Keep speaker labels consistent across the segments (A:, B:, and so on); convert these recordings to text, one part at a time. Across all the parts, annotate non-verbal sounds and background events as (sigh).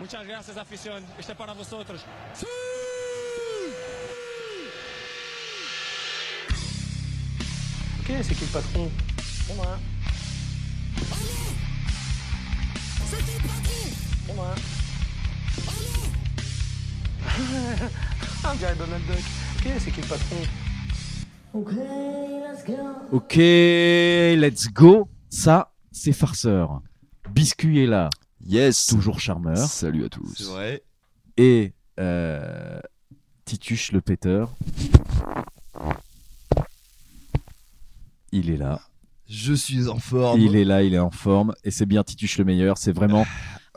A: Muchas gracias, afición. Este es para vosotros.
B: Ok, c'est qui le patron
C: C'est moi.
D: Allez C'est qui le patron
C: C'est moi.
D: Allez
B: Ah, on dirait Donald Duck. Ok, c'est qui le patron
C: Okay, let's go.
E: Ok, let's go. Ça, c'est farceur. Biscuit est là,
F: Yes.
E: toujours charmeur.
F: Salut à tous.
G: vrai.
E: Et euh, Tituche le péteur. Il est là.
F: Je suis en forme.
E: Il est là, il est en forme. Et c'est bien Tituche le meilleur. C'est vraiment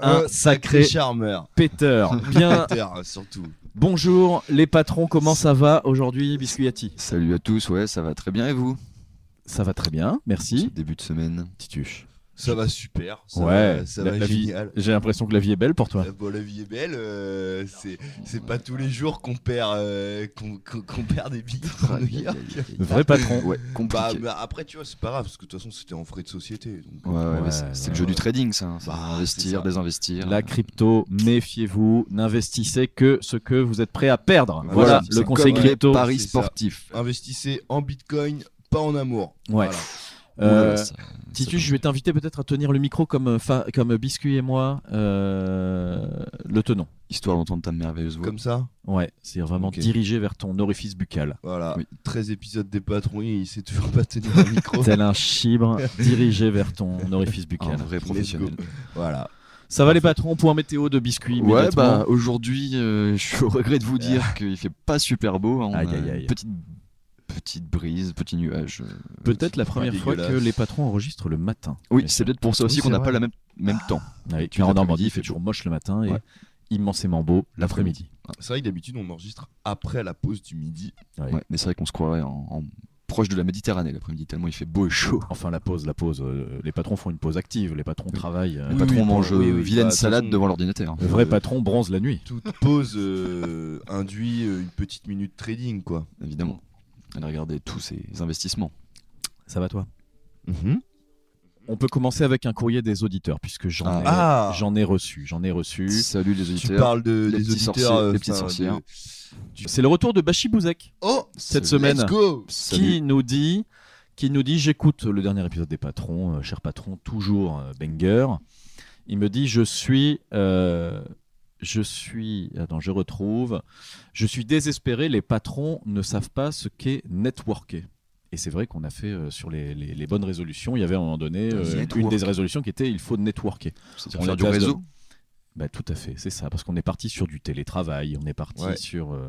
G: Euh,
E: un sacré
F: charmeur.
E: péteur. (laughs) Bien.
F: Terre,
E: (laughs)
F: surtout.
E: Bonjour les patrons, comment ça va aujourd'hui, Biscuiati
F: Salut à tous. Ouais, ça va très bien et vous
E: Ça va très bien,
F: Ce
E: merci.
F: Début de semaine.
E: Tituche.
G: Ça va super. Ça
E: ouais,
G: va, ça
E: la-
G: va
E: la vie-
G: génial.
E: J'ai l'impression que la vie est belle pour toi.
G: La, bon, la vie est belle. euh, c'est c'est pas tous les jours qu'on perd euh, qu'on qu'on- qu'on perd des billets pour New York.
E: Vrai patron.
F: Ouais,
G: Bah,
F: compliqué.
G: bah, après tu vois c'est pas grave parce que de toute façon c'était en frais de société. donc,
F: Ouais, ouais,
E: Ouais,
F: mais c'est c'est
E: ouais,
F: le jeu
G: ouais.
F: du trading, ça. Ça,
G: Bah, c'est
F: investir,
G: ça.
F: désinvestir.
E: La crypto, méfiez-vous, n'investissez que ce que vous êtes prêt à perdre.
F: Voilà,
E: Voilà,
F: c'est
E: le
F: comme
E: conseil
F: les
E: crypto.
F: paris
G: c'est ça.
F: sportifs.
G: Investissez en Bitcoin, pas en amour.
E: Ouais.
G: Voilà.
E: Euh,
F: Oula, ça-
E: Titus,
F: ça-
E: je vais t'inviter peut-être à tenir le micro comme, euh, fa- comme Biscuit et moi euh, le tenons.
F: Histoire d'entendre ta merveilleuse voix.
G: Comme ça,
E: Ouais, c'est vraiment
F: Ok.
E: dirigé vers ton orifice buccal.
G: voilà.
F: Oui.
G: 13 épisodes des patrons, il sait toujours pas tenir le
E: (laughs) (laughs)
G: micro.
E: Tel un
F: (laughs)
E: chibre dirigé vers ton orifice
F: Un
E: buccal.
F: vrai
G: go.
F: professionnel.
G: voilà.
E: Ça va les patrons, point météo de Biscuit
F: Ouais,
E: immédiatement.
F: bah aujourd'hui, euh, je suis au regret de
G: Ah.
F: vous dire qu'il fait pas super beau. hein. On
E: Aïe,
F: a
E: aïe,
F: une
E: aïe.
F: Petite, petite brise, petit nuage. euh.
E: Peut-être la première fois que
G: dégueulasse.
E: les patrons enregistrent le matin.
F: Oui,
E: Mais
F: c'est peut-être pour ça aussi
G: Oui,
F: qu'on
G: c'est
F: n'a pas
G: vrai.
F: la même, même temps.
E: Ah oui,
F: Ah Tu
E: en
F: l'après-midi,
E: Normandie, il
F: il
E: fait
F: fait
E: toujours moche le matin et
F: Ouais.
E: immensément beau l'après-midi.
G: C'est vrai que d'habitude on enregistre après la pause du midi.
E: Ouais.
F: Ouais, mais c'est vrai qu'on se croirait en, en- proche de la Méditerranée l'après-midi, tellement il fait beau et chaud.
E: Enfin, la pause, la pause. euh, les patrons font une pause active. Les patrons
F: Oui.
E: travaillent. euh,
F: Le
G: Oui,
F: patron
G: oui,
F: mange
G: bon, oui, oui,
F: vilaine
G: bah, de toute
F: salade
G: façon-
F: devant l'ordinateur. hein,
E: le vrai
G: euh,
E: patron bronze la nuit.
G: Toute pause euh, (laughs) induit euh, une petite minute trading quoi.
F: Évidemment. Elle a regardé tous ses investissements.
E: Ça va, toi On peut commencer avec un courrier des auditeurs, puisque j'en
F: Ah.
E: ai,
G: Ah.
E: j'en ai reçu. J'en ai reçu.
F: Salut les
G: Tu
F: auditeurs.
G: parles de,
F: les
G: des
F: petits
G: auditeurs,
F: sorciers,
G: euh,
F: les petites
G: enfin, de-
F: sorcières.
E: C'est le retour de Bashi Bouzek
G: Oh,
E: cette
F: Salut.
E: semaine,
G: let's go.
F: Salut.
E: qui nous dit, qui nous dit, j'écoute le dernier épisode des patrons, euh, cher patron, toujours euh, banger. Il me dit, je suis, euh, je suis, attends, je retrouve, je suis désespéré. Les patrons ne savent pas ce qu'est networker. Et c'est vrai qu'on a fait euh, sur les, les- les bonnes résolutions. Il y avait à un moment donné euh,
F: Network.
E: une des résolutions qui était il faut networker.
F: C'est-à-dire
E: On
F: faire
E: les
F: du
E: tasse
F: réseau.
E: Bah, tout à fait, c'est ça, parce qu'on est parti sur du télétravail, on est parti
G: Ouais.
E: sur euh,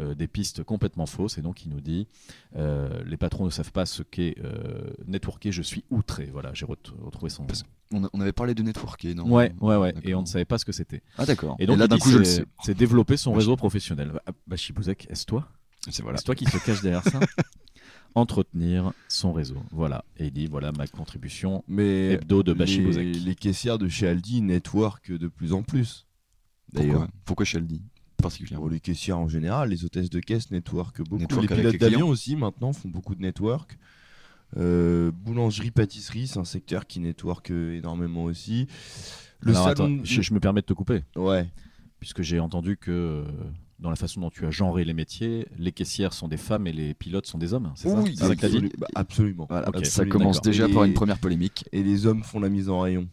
E: euh, des pistes complètement fausses, et donc il nous dit euh, les patrons ne savent pas ce qu'est euh, networker, je suis outré. Voilà, j'ai ret- retrouvé son.
F: Parce- On, a- on avait parlé de networker, non
E: Ouais, ouais, ouais, et
F: D'accord.
E: on ne savait pas ce que c'était.
F: Ah d'accord.
E: Et donc,
F: là
E: il
F: d'un
E: dit,
F: coup, je le
E: c'est-
F: sais.
E: C'est développer son
F: Bah,
E: réseau professionnel. Bah, bah, Chibouzek, est-ce toi
F: C'est voilà.
E: C'est toi qui te cache derrière
F: (laughs)
E: ça Entretenir son réseau. Voilà, et il dit voilà ma contribution
G: Mais
E: hebdo de Bashi
G: les,
E: Bouzek.
G: les caissières de chez Aldi network de plus en plus. D'ailleurs,
F: Pourquoi, pourquoi Sheldy
G: Bon,
F: particulièrement
G: les caissières en général, les hôtesses de caisse network beaucoup.
F: Network
G: les
F: avec
G: pilotes
F: les
G: d'avion
F: clients.
G: aussi maintenant font beaucoup de network. Euh, boulangerie, pâtisserie, c'est un secteur qui network euh, énormément aussi. Le
E: Alors,
G: salon,
E: attends, je- je me permets de te couper.
G: ouais,
E: puisque j'ai entendu que euh, dans la façon dont tu as genré les métiers, les caissières sont des femmes et les pilotes sont des hommes. C'est ça
F: Oui,
E: C'est ça que t'as dit
G: absolu- bah, absolument.
F: Voilà,
E: Ok.
F: ça
E: Absolument,
F: commence
E: d'accord.
F: déjà par
G: Et-
F: une première polémique.
G: Et les hommes font la mise en rayon.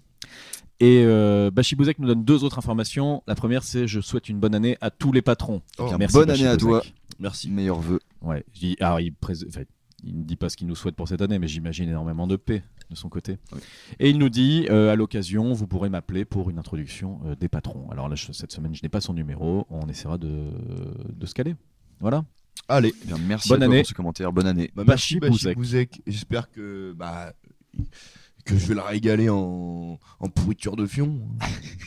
E: Et euh, Bashi Bouzek nous donne deux autres informations. La première, c'est je souhaite une bonne année à tous les patrons.
G: Oh,
E: Merci,
F: bonne
E: Bashi
F: année à
E: Bouzek.
G: Merci.
F: Meilleur vœu.
E: Ouais. Je dis- alors, il, prés- enfin, il ne dit pas ce qu'il nous souhaite pour cette année, mais j'imagine énormément de paix de son côté.
F: Oui.
E: Et il nous dit, euh, à l'occasion, vous pourrez m'appeler pour une introduction euh, des patrons. Alors là, je- cette semaine, je n'ai pas son numéro. On essaiera de, de se caler. Voilà.
G: Allez.
F: Eh bien, merci
E: Bonne
F: à toi
E: année.
F: pour ce commentaire. Bonne année.
G: Bah,
E: Bashi
G: merci
E: Bouzek.
G: Bashi Bouzek. J'espère que bah, que je vais le régaler en, en pourriture de fion.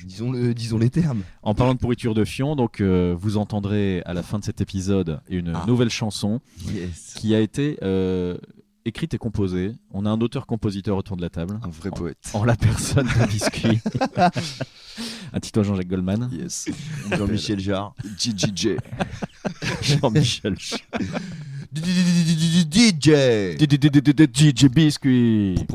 G: disons le, disons les termes.
E: En parlant de pourriture de fion, donc euh, vous entendrez à la fin de cet épisode une
G: Ah.
E: nouvelle chanson
G: Yes.
E: qui a été euh, écrite et composée. On a un auteur-compositeur autour de la table,
G: Ah.
F: Un vrai poète.
E: en la personne de Biscuit. (laughs) un petit Jean-Jacques Goldman,
F: Yes.
G: Jean-Michel Jarre.
F: GGJ.
E: Jean-Michel.
G: DJ.
E: DJ Biscuit. (laughs)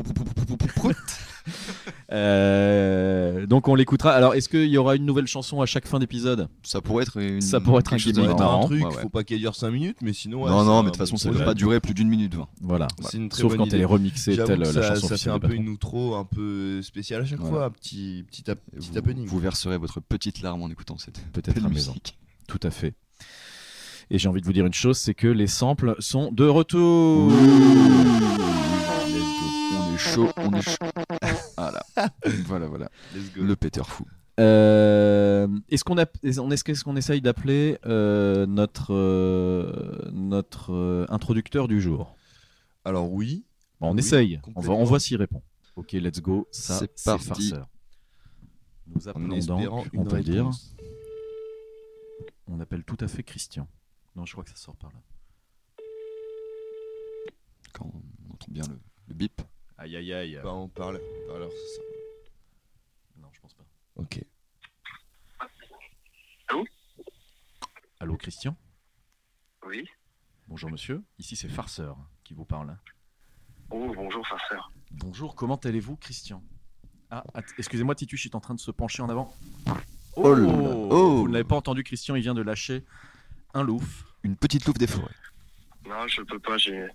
E: Euh, donc on l'écoutera. Alors est-ce qu'il y aura une nouvelle chanson à chaque fin d'épisode
F: Ça pourrait être une.
E: Ça pourrait être
F: quelque
E: un
F: chose de
E: gimmick
G: Inventer
E: marrant.
G: un truc,
F: ouais, ouais.
G: faut pas qu'elle dure 5 minutes, mais sinon. ouais,
F: non,
G: c'est
F: non,
G: un
F: mais de toute
G: bon
F: façon, ça ne
G: projet.
F: peut pas durer plus d'une minute vingt.
E: Voilà.
G: C'est une très
E: Sauf
G: bonne
E: quand
G: idée.
E: elle est remixée,
G: J'avoue
E: telle
G: que
E: la
G: ça,
E: chanson
G: ça fait
E: officielle
G: un
E: des
G: peu
E: patrons.
G: une outro un peu spéciale à chaque
F: Voilà.
G: fois, un petit, petit, ap- petit
F: Vous,
G: happening.
F: vous verserez votre petite larme en écoutant cette
E: Peut-être
F: belle
E: à maison.
F: musique.
E: Tout à fait. Et j'ai envie de vous dire une chose, c'est que les samples sont de retour.
F: On est chaud, on est chaud.
G: (laughs)
F: voilà. voilà, voilà.
G: Let's go.
F: Le péteur fou.
E: Euh, est-ce qu'on a- est-ce que- est-ce qu'on essaye d'appeler euh, notre euh, notre euh, introducteur du jour
G: Alors oui,
E: Bon, On
G: Oui,
E: essaye. On va
G: complètement.
E: on voit s'il répond. Ok, let's go. Ça,
F: C'est
E: c'est
F: parti.
E: farceur. Nous
G: en
E: appelons
G: espérant
E: donc,
G: une
E: on peut
G: réponse.
E: dire, on appelle tout à fait Christian. Non, je crois que ça sort par là.
F: Quand on entend bien le, le bip.
E: Aïe aïe aïe.
G: Bah, on parle. Alors, c'est ça.
E: Non, je pense pas.
G: Ok.
E: Allô, Christian.
H: Oui.
E: Bonjour monsieur. Ici c'est farceur qui vous parle.
H: Oh, bonjour, farceur.
E: Bonjour. Comment allez-vous, Christian Ah, att- excusez-moi, Titus, je suis en train de se pencher en avant. Oh,
F: Oh là là. Oh.
E: Vous ne l'avez pas entendu, Christian. Il vient de lâcher un louf.
F: Une petite louve des
G: (laughs)
F: forêts.
H: Non, je peux pas, j'ai.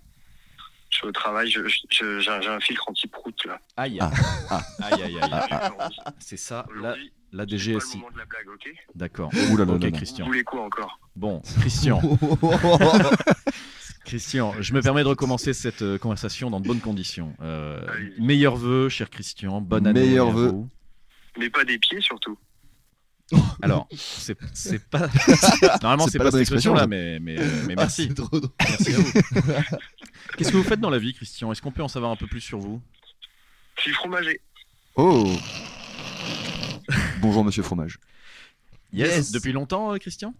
H: Je suis au travail, je- je- je- j'ai un, j'ai un filtre anti-prout là.
E: Aïe.
F: Ah,
E: Aïe aïe aïe.
H: Aujourd'hui-
E: C'est ça. La,
H: Aujourd'hui,
E: la
H: c'est pas le
E: DGSI.
H: moment de la blague, ok
E: D'accord.
F: Ouh là là
E: Ok,
F: là là.
H: Vous
E: Christian.
H: voulez quoi encore
E: Bon, Christian, Christian, je me permets de recommencer cette euh, conversation dans de bonnes conditions. Euh,
H: Allez-y.
E: meilleurs vœux, cher Christian. Bonne année.
F: Meilleurs
E: à
F: vœux.
E: vous.
H: Mais pas des pieds surtout.
E: Alors, c'est c'est pas. Normalement,
F: C'est
E: c'est
F: pas
E: pas,
F: la bonne
E: cette expression là,
F: expression,
E: mais, mais, euh, mais
G: Ah,
E: merci.
G: c'est trop drôle.
E: Merci à vous. Qu'est-ce que vous faites dans la vie, Christian Est-ce qu'on peut en savoir un peu plus sur vous
H: Je suis fromager.
F: Oh Bonjour, monsieur Fromage.
E: yes. Depuis longtemps, euh, Christian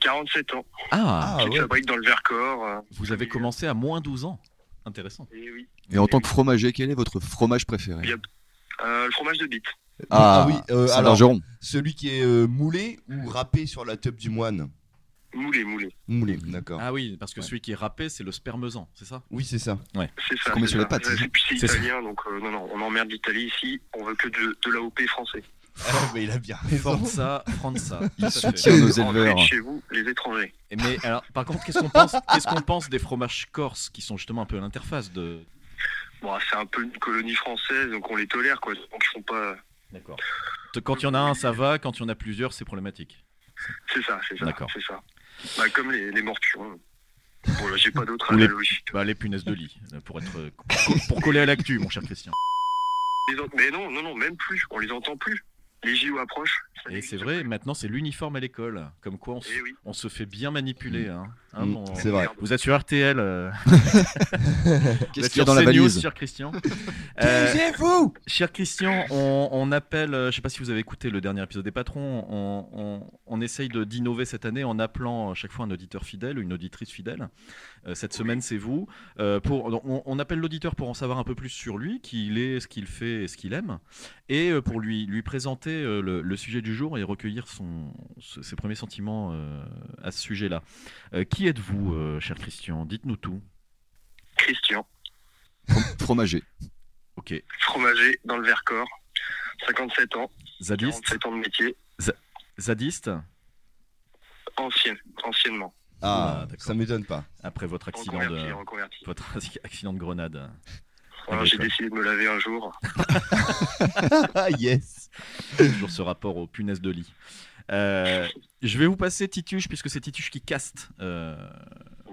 H: 47 ans.
E: Ah,
H: je fabrique dans le Vercors. euh,
E: Vous avez commencé à moins 12 ans. Intéressant.
H: Et oui.
F: Et en tant que fromager, quel est votre fromage préféré
H: Yep. Euh, le fromage de bite.
G: Ah oui, euh,
F: Saint
G: alors
F: Bergeron.
G: celui qui est euh, moulé ou râpé sur la teub du moine
H: Moulé, moulé.
G: Moulé, d'accord.
E: Ah oui, parce que celui qui est râpé, c'est le spermezan, c'est ça
G: Oui, c'est ça.
H: C'est ça.
F: qu'on met
H: c'est
F: sur les
H: ça.
F: pattes, c'est ça
H: Et puis c'est
E: C'est ça.
H: italien, donc euh, non, non, on emmerde l'Italie ici. On veut que de, de l'AOP français.
G: (laughs) Ah, mais il a bien raison.
E: Forza, Franza. Tout à
F: Il
E: fait.
F: soutient nos éleveurs.
H: Rentrez chez vous, les étrangers.
E: Et Mais alors, par contre, qu'est-ce qu'on pense, qu'est-ce qu'on pense des fromages corses qui sont justement un peu à l'interface de.
H: Bon, c'est un peu une colonie française, donc on les tolère, quoi. Donc ils font pas.
E: D'accord. Quand il y en a un, ça va. Quand il y en a plusieurs, c'est problématique.
H: C'est ça, c'est ça.
E: D'accord.
H: C'est ça. Bah, comme les, les morpions. Bon, là, j'ai pas d'autre
E: Ou les-
H: analogie.
E: Bah, les punaises de lit, pour être. pour coller à l'actu, mon cher Christian.
H: Les en- Mais non, non, non, même plus. On les entend plus. Les JO approchent.
E: Et
H: ça
E: c'est
H: n'existe
E: vrai,
H: plus.
E: maintenant c'est l'uniforme à l'école. Comme quoi on se,
H: Eh oui.
E: on se fait bien manipuler. Hein. Hein,
G: Mm,
E: mon-
G: C'est vrai.
H: Merde.
E: Vous êtes sur RTL. euh, vous
F: Qu'est-ce
E: êtes
F: qu'il y a
E: sur
F: dans la
E: CNews,
F: valise
E: cher Christian.
F: (laughs)
E: Euh, cher Christian, on, on appelle. euh, Je sais pas si vous avez écouté le dernier épisode des patrons. On, on- on essaye de d'innover cette année en appelant à chaque fois un auditeur fidèle ou une auditrice fidèle. Euh, cette semaine, c'est vous. Euh, pour, on, on appelle l'auditeur pour en savoir un peu plus sur lui, qui il est, ce qu'il fait et ce qu'il aime, et euh, pour lui, lui présenter euh, le, le sujet du jour et recueillir son, ce- ses premiers sentiments euh, à ce sujet-là. Euh, qui êtes-vous, euh, cher Christian Dites-nous tout.
H: Christian,
F: Fro- Fromager.
E: Ok.
H: fromager dans le Vercors. 57 ans,
E: Zadiste
H: 47 ans de métier,
E: Zadiste
H: ancien, anciennement.
G: Ah,
E: Ah, d'accord.
G: ça m'étonne pas. (laughs)
E: Après votre accident
H: Reconverti,
E: de...
H: reconverti.
E: Votre (laughs) accident de grenade.
H: Voilà, j'ai
E: Agricole.
H: décidé de me laver un jour.
G: Ah, yes.
E: Toujours ce rapport aux punaises de lit. Euh, je vais vous passer Tituche, puisque c'est Tituche qui caste euh,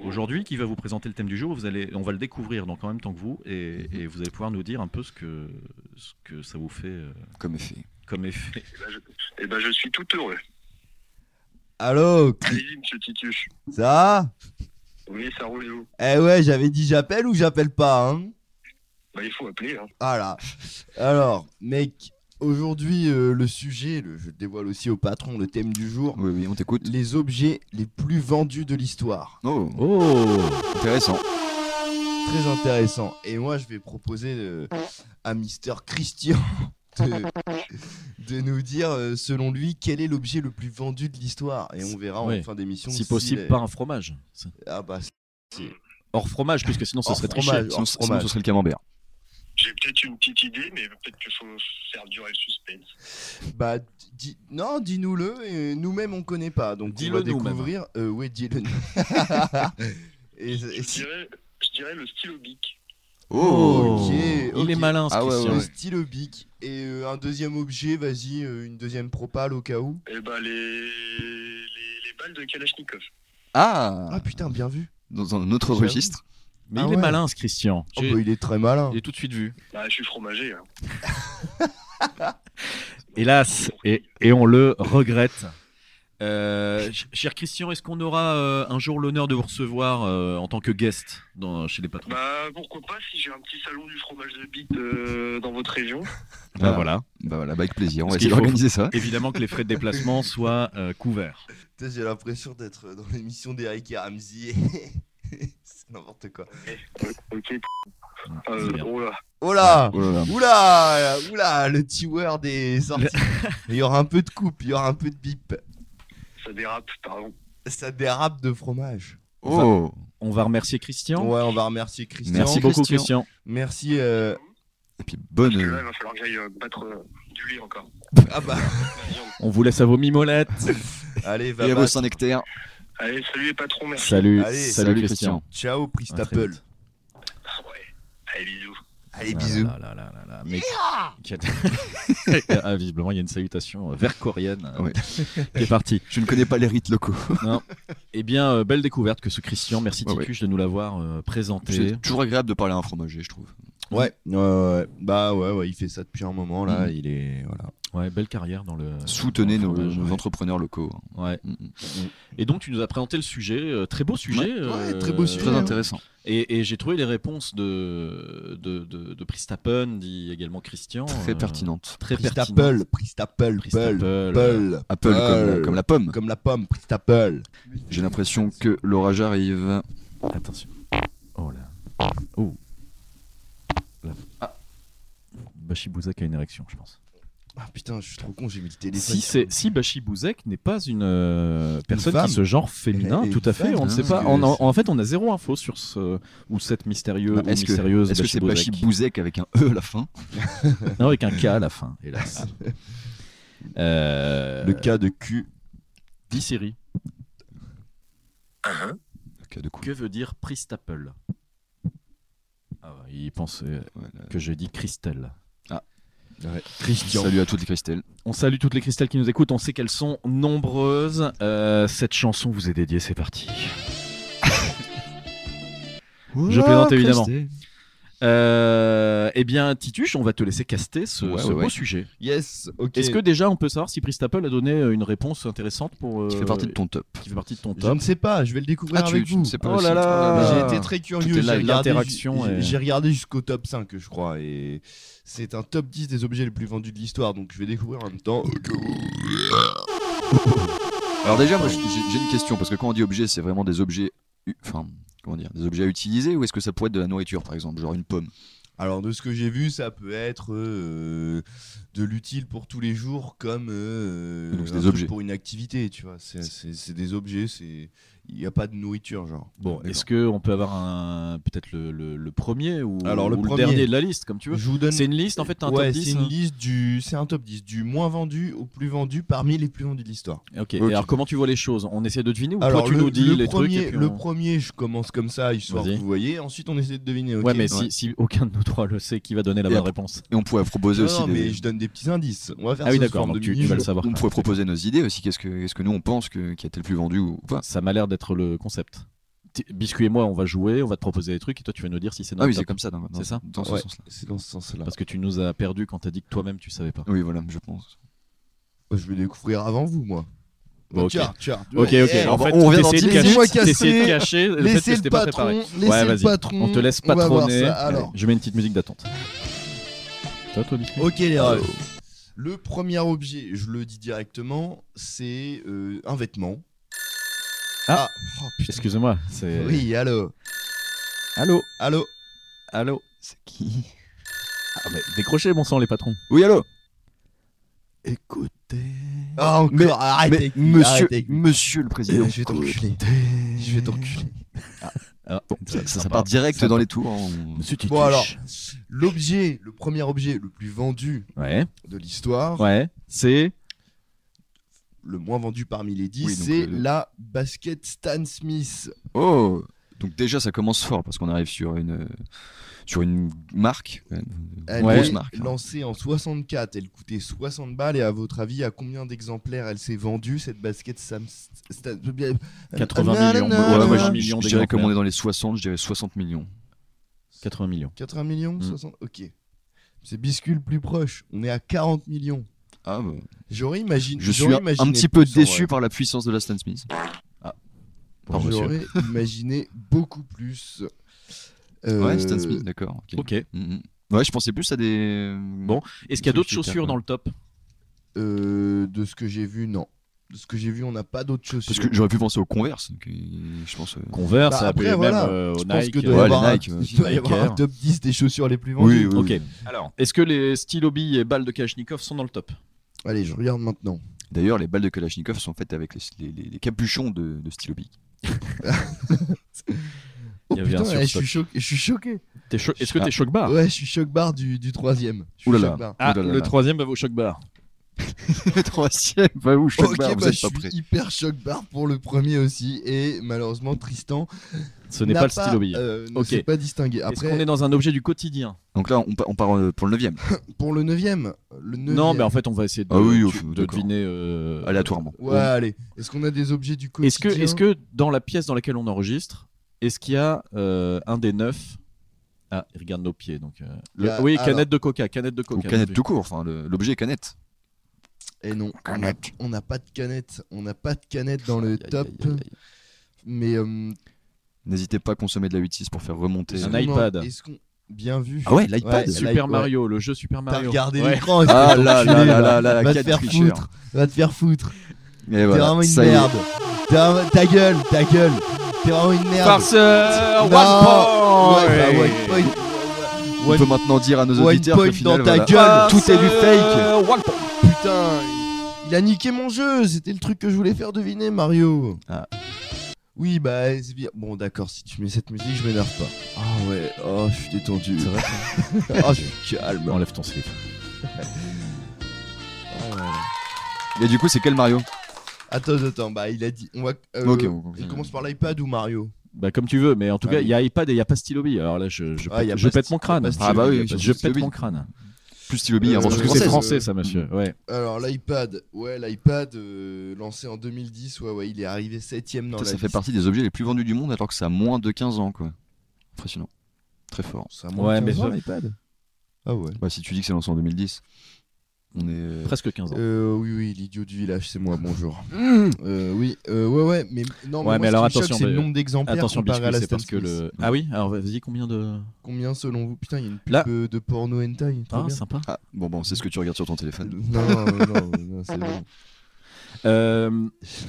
E: aujourd'hui, qui va vous présenter le thème du jour. Vous allez, on va le découvrir donc en même temps que vous, et,
G: Mhm.
E: et vous allez pouvoir nous dire un peu ce que, ce que ça vous fait euh,
F: Comme effet.
E: comme effet.
H: Et ben, je, eh ben, je suis tout heureux.
E: (laughs)
G: Allô,
H: Allez-y, monsieur Titus.
G: ça va
H: Oui, ça roule, et vous
G: Eh ouais, j'avais dit j'appelle ou j'appelle pas, hein
H: Bah, il faut appeler. Hein.
G: Voilà. Alors, mec, aujourd'hui, euh, le sujet, le- je dévoile aussi au patron le thème du jour
F: Oui, oui, on t'écoute.
G: les objets les plus vendus de l'histoire.
F: Oh,
E: Oh
F: intéressant.
G: Très intéressant. Et moi, je vais proposer euh, à Mister Christian (laughs) de, de nous dire, euh, selon lui, quel est l'objet le plus vendu de l'histoire. Et on verra
E: Ouais.
G: en fin d'émission.
E: Si possible,
G: est-
E: pas un fromage.
G: Ah bah, c'est-
E: Hors fromage, puisque sinon ce
G: Hors
E: serait
G: fromage.
E: triché.
G: Hors
F: Sinon, sinon,
G: fromage.
F: ce serait le camembert.
H: J'ai peut-être une petite idée, mais peut-être qu'il faut faire durer le suspense.
G: Bah, dis- non, dis-nous-le. et Nous-mêmes, on connaît pas. Donc, on
E: Dis-le
G: va
E: nous-mêmes.
G: découvrir. Euh, oui, dis-le. et, et-
H: Je dirais, je dirais le stylo bic.
E: Oh,
G: ok,
E: Il est
G: ok.
E: malin, ce
F: Ah ouais,
E: Christian.
G: le stylo bic. Et euh, un deuxième objet, vas-y, euh, une deuxième propale au cas où.
H: Et bah, les, les, les balles de Kalachnikov.
F: Ah
G: Ah putain, bien vu.
F: Dans un autre
G: J'avoue.
F: registre.
E: Mais
G: Ah
E: il est
G: ouais.
E: malin, ce Christian.
G: Oh,
E: J'ai-
G: bah, il est très malin.
F: Il est tout de suite vu.
H: Bah, je suis fromager. hein.
E: Hélas, et, et on le regrette. Euh, ch- cher Christian, est-ce qu'on aura euh, un jour l'honneur de vous recevoir euh, en tant que guest dans, chez les patrons
H: Bah, pourquoi pas si j'ai un petit salon du fromage de bite euh, dans votre région.
E: Bah voilà.
F: Bah voilà, bah avec plaisir, on
E: Parce
F: va
E: qu'il
F: essayer
E: faut-
F: d'organiser ça.
E: Évidemment que les frais de déplacement soient euh, couverts.
G: Putain, J'ai l'impression d'être dans l'émission d'Eric et Ramsey. (laughs) C'est n'importe quoi.
H: Ok.
E: C'est
H: Euh,
E: bien.
H: oh là.
G: Oh
E: Ah.
G: là
F: Oh là là.
G: Oula Oula Le petit word est sorti. Il y aura un peu de coupe, il y aura un peu de bip.
H: Ça dérape, pardon.
G: Ça dérape de fromage.
F: Oh
E: On va remercier Christian.
G: Ouais, on va remercier Christian.
E: Merci beaucoup, Christian.
F: Christian.
G: Merci. euh,
F: Et puis
H: Parce
F: bonne.
E: Mmh.
H: que là,
F: euh,
H: il va falloir que j'aille euh, battre euh, du lait encore.
G: Ah bah,
H: La viande.
E: On vous laisse à vos mimolettes.
G: allez, va bah,
F: Et à vos
G: battre.
F: Saint-Nectaire.
H: Allez, salut les patrons, merci.
E: Salut,
G: Allez,
E: salut,
F: salut,
E: Christian. À
G: Ciao,
E: très
G: Pristapple.
E: vite.
H: Ah Allez, bisous.
G: Allez,
E: Ah
G: bisous.
E: là là là là là, mais- Quel- (laughs) Ah, visiblement, il y a une salutation euh, vert-coréenne euh,
F: Ouais.
E: qui est partie.
F: Je ne connais pas les
E: (laughs)
F: rites locaux.
E: Eh bien, euh, belle découverte que ce Christian. Merci
F: Ouais, ouais.
E: Tituche de nous l'avoir euh, présenté.
F: C'est toujours agréable de parler à un fromager, je trouve.
G: Ouais, ouais, ouais. Bah ouais, ouais, il fait ça depuis un moment là.
F: Mhm.
G: Il est. Voilà.
E: Ouais, belle carrière dans le.
F: Soutenez
E: dans
F: nos,
E: le fromage,
F: nos
E: Bah, ouais.
F: entrepreneurs locaux.
E: Ouais.
F: Mm, mm.
E: Et donc, tu nous as présenté le sujet. euh, très beau sujet.
F: Ouais,
E: euh,
G: très beau sujet.
F: Très hein.
G: Ouais.
F: intéressant.
E: Et, et j'ai trouvé les réponses de, de, de, de Pristappen, dit également Christian.
F: Très
E: euh,
F: pertinente.
E: Très pertinent.
G: Pristapple, Pristapple, Pristapple.
E: Pristappen.
G: Apple,
F: Apple
E: Ah, euh,
F: comme, comme la pomme.
G: comme la pomme, Pristapple.
F: J'ai l'impression que l'orage arrive.
E: Attention. Oh là. Oh. Là.
F: Ah.
E: Bachibouzek a une érection, je pense.
G: Ah putain, je suis trop con, j'ai mis le téléphone.
E: Si, c'est, si Bachibouzek n'est pas une euh, personne
G: femme.
E: qui se genre féminin,
G: Et- et
E: tout à
G: une
E: fait,
G: femme,
E: on ne
F: hein,
E: sait pas.
G: parce que
E: On a-
G: c'est-
E: en fait, on a zéro info sur ce ou cette mystérieux
F: Bah,
E: ou
F: est-ce que-
E: mystérieuse
F: Est-ce que c'est
E: Bachibouzek.
F: Bachibouzek avec un E à la fin
E: Non, avec un K à la fin,
G: (laughs)
E: hélas. Euh,
G: Le cas de cul.
E: Dissérie.
F: Ok, de coup.
E: Que veut dire Pristaple ah, ouais, Il pensait
F: Ouais, là.
E: que j'ai dit Christelle.
G: Christian.
F: Salut à toutes les Christelle.
E: On salue toutes les Christelles qui nous écoutent, on sait qu'elles sont nombreuses. Euh, cette chanson vous est dédiée, c'est parti. Je plaisante, évidemment. Euh, eh bien, Tituche, on va te laisser caster ce,
F: Ouais,
E: ce
F: ouais,
E: beau
F: ouais.
E: sujet.
G: Yes, ok.
E: Est-ce que déjà on peut savoir si Pristaple a donné euh, une réponse intéressante pour. euh,
F: Qui fait partie de ton top.
E: qui fait partie de ton
G: Je ne
E: top
G: sais pas, je vais le découvrir
F: Ah, tu-
G: avec
F: tu
G: vous.
F: ne sais pas
E: Oh
F: le
E: là
F: site.
E: là.
F: Oh
G: J'ai
E: Ah.
G: été très
E: Tout
G: curieux,
E: est
G: j'ai
E: là,
G: regardé,
E: l'interaction
G: j'ai-
E: est-
G: j'ai regardé jusqu'au top 5, je crois, et c'est un top 10 des objets les plus vendus de l'histoire, donc je vais découvrir en même temps.
F: Alors déjà, moi, j'ai j'ai une question parce que quand on dit objet, c'est vraiment des objets, u- enfin, comment dire, des objets à utiliser ou est-ce que ça pourrait être de la nourriture, par exemple, genre une pomme
G: Alors de ce que j'ai vu, ça peut être euh, de l'utile pour tous les jours comme euh,
F: Donc, c'est
G: un
F: des
G: truc
F: objets.
G: pour une activité, tu vois. C'est- C'est c'est des objets, c'est il n'y a pas de nourriture genre.
E: Bon,
G: D'accord.
E: est-ce qu'on peut avoir un- peut-être le, le- le premier ou,
G: Alors, le
E: ou
G: premier.
E: dernier de la liste, comme tu veux
G: je vous donne
E: C'est une liste en fait, t'as un
G: ouais,
E: top 10
G: c'est
E: hein
G: une liste du c'est un top 10 du moins vendu au plus vendu parmi les plus vendus de l'histoire.
E: Ok,
F: Ok.
E: et alors comment tu vois les choses On essaie de deviner ou
G: Alors
E: toi tu
G: le,
E: nous dis
G: le
E: les
G: premier,
E: trucs et puis
G: le
E: on-
G: premier, je commence comme ça histoire
E: Vas-y.
G: que vous voyez. Ensuite, on essaie de deviner. ok
E: Ouais, mais Si, si aucun de nous trois le sait, qui va donner la
F: Et
E: bonne
F: après-
E: réponse
F: Et on pourrait
G: Non,
F: proposer aussi
G: non,
F: des-
G: mais je donne des petits indices. On va faire
E: Ah oui,
G: ça sous
E: d'accord,
G: forme
E: donc
G: de
E: tu, tu
G: mini-jeu.
E: vas le savoir.
F: on pourrait proposer nos idées aussi. Qu'est-ce que, est-ce que nous on pense que, qui a été le plus vendu ou pas
E: Ça m'a l'air d'être le concept. Ti- Biscuit et moi, on va jouer, on va te proposer des trucs et toi tu vas nous dire si c'est dans
F: Ah
E: le
F: oui, c'est
E: top.
F: comme ça. dans- dans-
E: C'est ça
F: Dans ce
G: Ouais.
F: sens-là.
G: C'est dans ce sens-là.
E: Parce que tu nous as perdu quand t'as dit que toi-même tu savais pas.
F: Oui, voilà, je pense.
G: Je vais découvrir avant vous, moi.
E: Bon, ok.
G: Tiens, tiens.
E: Ok,
G: Ouais.
E: ok.
G: Eh,
E: en
F: on-
E: fait,
F: on revient dans
E: t'essayais de cacher,
F: dix
G: minutes.
E: t'essayais de cacher le fait que
G: Laissez le
E: c'était pas
G: patron,
E: préparé.
G: laissez
E: Ouais,
G: le
E: vas-y.
G: patron.
E: On te laisse
G: on va voir
E: patronner.
G: ça, alors.
E: Allez, Je mets une petite musique d'attente. Toi, toi, Biscuit
G: Ok les refs. Le premier objet, je le dis directement, c'est euh, un vêtement.
E: Ah.
G: Oh, putain.
E: Excusez-moi, c'est.
G: Oui, allô.
E: Allô
G: Allô.
E: Allô
F: C'est qui
E: Ah, mais Décrochez, bon sang, les patrons.
F: Oui, allô
G: Écoutez. Ah encore, arrête
F: Mais
G: avec lui,
F: monsieur,
G: arrête avec lui.
F: monsieur le
G: Je
F: Président.
G: vais t'enculer. Je vais t'enculer.
E: Ah,
F: Bon, ça, ça
E: sympa.
F: part direct
E: Sympa.
F: dans les tours. hein. on-
E: Monsieur Tituche.
G: Bon alors, L'objet, le premier objet le plus vendu
E: Ouais,
G: de l'histoire,
E: ouais. C'est.
G: le moins vendu parmi les 10,
F: Oui, donc,
G: c'est
F: euh,
G: la basket Stan Smith.
F: Oh Donc déjà, ça commence fort parce qu'on arrive sur une, sur une marque. euh,
G: Elle
E: Ouais.
G: est
F: Grosse marque. hein.
G: lancée en 64, elle coûtait 60 balles et à votre avis, à combien d'exemplaires elle s'est vendue cette basket Sam Stan
E: 80 millions.
G: Nanana.
E: Ouais, ouais,
F: moi,
E: ouais.
F: Oh, je- je,
E: Millions
F: dirais comme on
E: d'exemplaires.
F: est dans les 60, je dirais 60 millions.
E: 80 millions.
G: 80 millions
E: Mm.
G: 60 Ok. C'est Biscuit le plus proche. On est à 40 millions.
F: Ah, bah.
G: J'aurais imaginé.
F: Je suis
G: j'aurais
F: un,
G: imaginé
F: un petit peu
G: plus, en
F: déçu
G: vrai.
F: par la puissance de la Stan Smith. Ah. Pardon, monsieur. (laughs)
G: J'aurais imaginé beaucoup plus. Euh,
F: Ouais, Stan Smith, d'accord. ok.
E: Ok. Est-ce
F: Mhm. Ouais, je pensais plus à des.
E: Bon. qu'il y a d'autres chaussures dans le top
G: Euh, de ce que j'ai vu, non. De ce que j'ai vu, on n'a pas d'autres chaussures.
F: Parce que j'aurais pu penser aux Converse. donc, euh, je pense. euh,
E: Converse,
G: Bah,
E: après,
G: après,
E: même
G: voilà.
E: euh, au
G: je pense
E: Nike.
G: que doit y
F: ouais,
G: avoir
F: les
G: un-
F: Nike, ouais.
G: il doit y
E: Nike
G: avoir un
E: Air.
G: top 10 des chaussures les plus vendues.
F: Oui, oui.
E: Ok. Alors, est-ce que les stylobies et balles de Kalachnikov sont dans le top
G: Allez, je regarde maintenant.
F: D'ailleurs, les balles de Kalachnikov sont faites avec les, les- les- les capuchons de, de Stylobic.
G: Oh
E: Il y avait un
G: putain, ouais, je,
E: surstock.
G: suis choqué, je suis choqué.
E: T'es cho- Est-ce que
F: Ah.
E: t'es choc bar
G: Ouais, je suis choc barre du, du troisième. Je suis
F: Ouh là là.
G: choc barre.
E: Ah,
F: Oh là là
E: le
F: là.
E: troisième va au choc bar.
F: (laughs) le troisième, bah où je
G: Ok, bah, je suis hyper choc barre pour le premier aussi. Et malheureusement, Tristan
E: Ce n'est
G: n'a
E: pas le stylobi.
G: euh, ne
E: Ok.
G: s'est pas distingué.
E: Est-ce qu'on
G: Après,
E: est dans un objet du quotidien
F: Donc là, on, pa- on part euh, pour le neuvième,
G: pour le neuvième, le neuvième.
E: Non, bah, mais en fait, on va essayer de,
F: Ah oui, au
E: tu-
F: fond,
E: de
F: d'accord.
E: deviner. euh,
F: aléatoirement.
G: Ouais, allez. Est-ce qu'on a des objets du quotidien
E: Est-ce que, est que dans la pièce dans laquelle on enregistre, est-ce qu'il y a euh, un des neuf Ah, il regarde nos pieds. Donc, euh, le-
G: Là,
E: oui,
G: Ah, alors.
E: canette de coca, canette de
F: Ou
E: coca.
F: canette
E: bien
F: tout court, enfin le- l'objet est canette.
G: Eh non, on n'a-
F: Canette.
G: on n'a pas de canette. On n'a pas de canette dans le
E: vu. Aïe, aïe,
G: top.
E: aïe, aïe.
G: Mais euh,
F: N'hésitez pas à consommer de la 8-6 pour faire remonter.
G: est-ce
E: Un
G: qu'on en-
E: iPad.
G: Est-ce qu'on bien vu
F: Ah ouais, l'iPad
G: Ouais,
E: Super
G: Like,
E: Mario, le jeu Super
G: T'as
E: Mario.
G: regardé
E: Ouais.
G: l'écran. espèce
F: Ah là là
G: d'enculé,
F: là là là,
G: Va te
F: quel
G: faire
F: tricheur.
G: foutre. Va te faire foutre.
F: Et
G: T'es
F: voilà,
G: vraiment une
F: ça y est.
G: merde. T'es vraiment- Ta gueule, ta gueule. T'es vraiment une merde.
F: euh,
E: Farceur,
G: Non.
E: one point
G: Ouais, bah, one point.
F: On
G: One-
F: peut maintenant dire à nos
G: one
F: auditeurs
G: point
F: que finalement,
G: dans ta
F: voilà,
G: gueule.
F: tout est du
G: Euh,
F: fake.
E: Farceur, one point.
G: Putain, il a niqué mon jeu. C'était le truc que je voulais faire deviner, Mario.
F: Ah.
G: Oui, bah, c'est bien. Bon, d'accord, si tu mets cette musique, je m'énerve pas. Ah ouais, oh, je suis détendu.
E: C'est vrai,
G: (laughs) oh, je suis calme.
E: Enlève ton slip.
F: Et du coup, c'est quel Mario
G: Attends, attends, bah, il a dit. On va. euh,
F: Ok, on-
G: On commence par l'iPad ou Mario
E: Bah, comme tu veux, mais en tout
G: Ah
E: cas,
G: oui.
E: il y a iPad et il n'y a pas Stylobi. Alors là, je, je,
G: Ah,
E: pète-
G: il y a
E: je
G: pas
E: pète
G: sti-
E: mon crâne.
G: il y a pas
F: Ah bah oui,
E: je,
F: stylo-
E: pète
F: stylo-
E: mon crâne.
F: Plus Stylobi,
G: Euh,
F: avant
E: Parce
F: que
E: que c'est
G: française.
E: français, ça, monsieur.
G: Euh,
E: Ouais.
G: Alors l'iPad, ouais l'iPad euh, lancé en 2010, ouais ouais il est arrivé septième dans
F: Ça,
G: la
F: ça fait
G: liste.
F: partie des objets les plus vendus du monde alors que ça a moins de 15 ans quoi. Impressionnant. Très fort.
G: Ça a moins
E: Ouais,
G: de
E: mais
G: 15 ans,
E: ça-
G: l'iPad. Ah ouais.
F: Bah, si tu dis que c'est lancé en 2010, on est. euh,
E: Presque 15 ans.
G: Euh, oui oui l'idiot du village c'est moi
E: (laughs)
G: bonjour. Euh, oui euh, ouais ouais mais non
E: Ouais,
G: mais,
E: mais alors,
G: alors
E: attention,
G: c'est le
E: mais-
G: nombre d'exemplaires
E: Attention,
G: comparé à
E: biscuit,
G: la
E: c'est
G: Stan
E: parce que
G: Smith.
E: le. Ah oui, alors vas-y, combien de.
G: Combien selon vous Putain il y a une pub
E: Là-
G: euh, de porno hentai. trop
E: Ah,
G: bien.
E: sympa.
F: Ah, bon, bon, c'est ce que tu regardes sur ton
G: (laughs)
F: téléphone.
G: Non non non,
E: (laughs)
G: non, c'est bon.
E: Euh,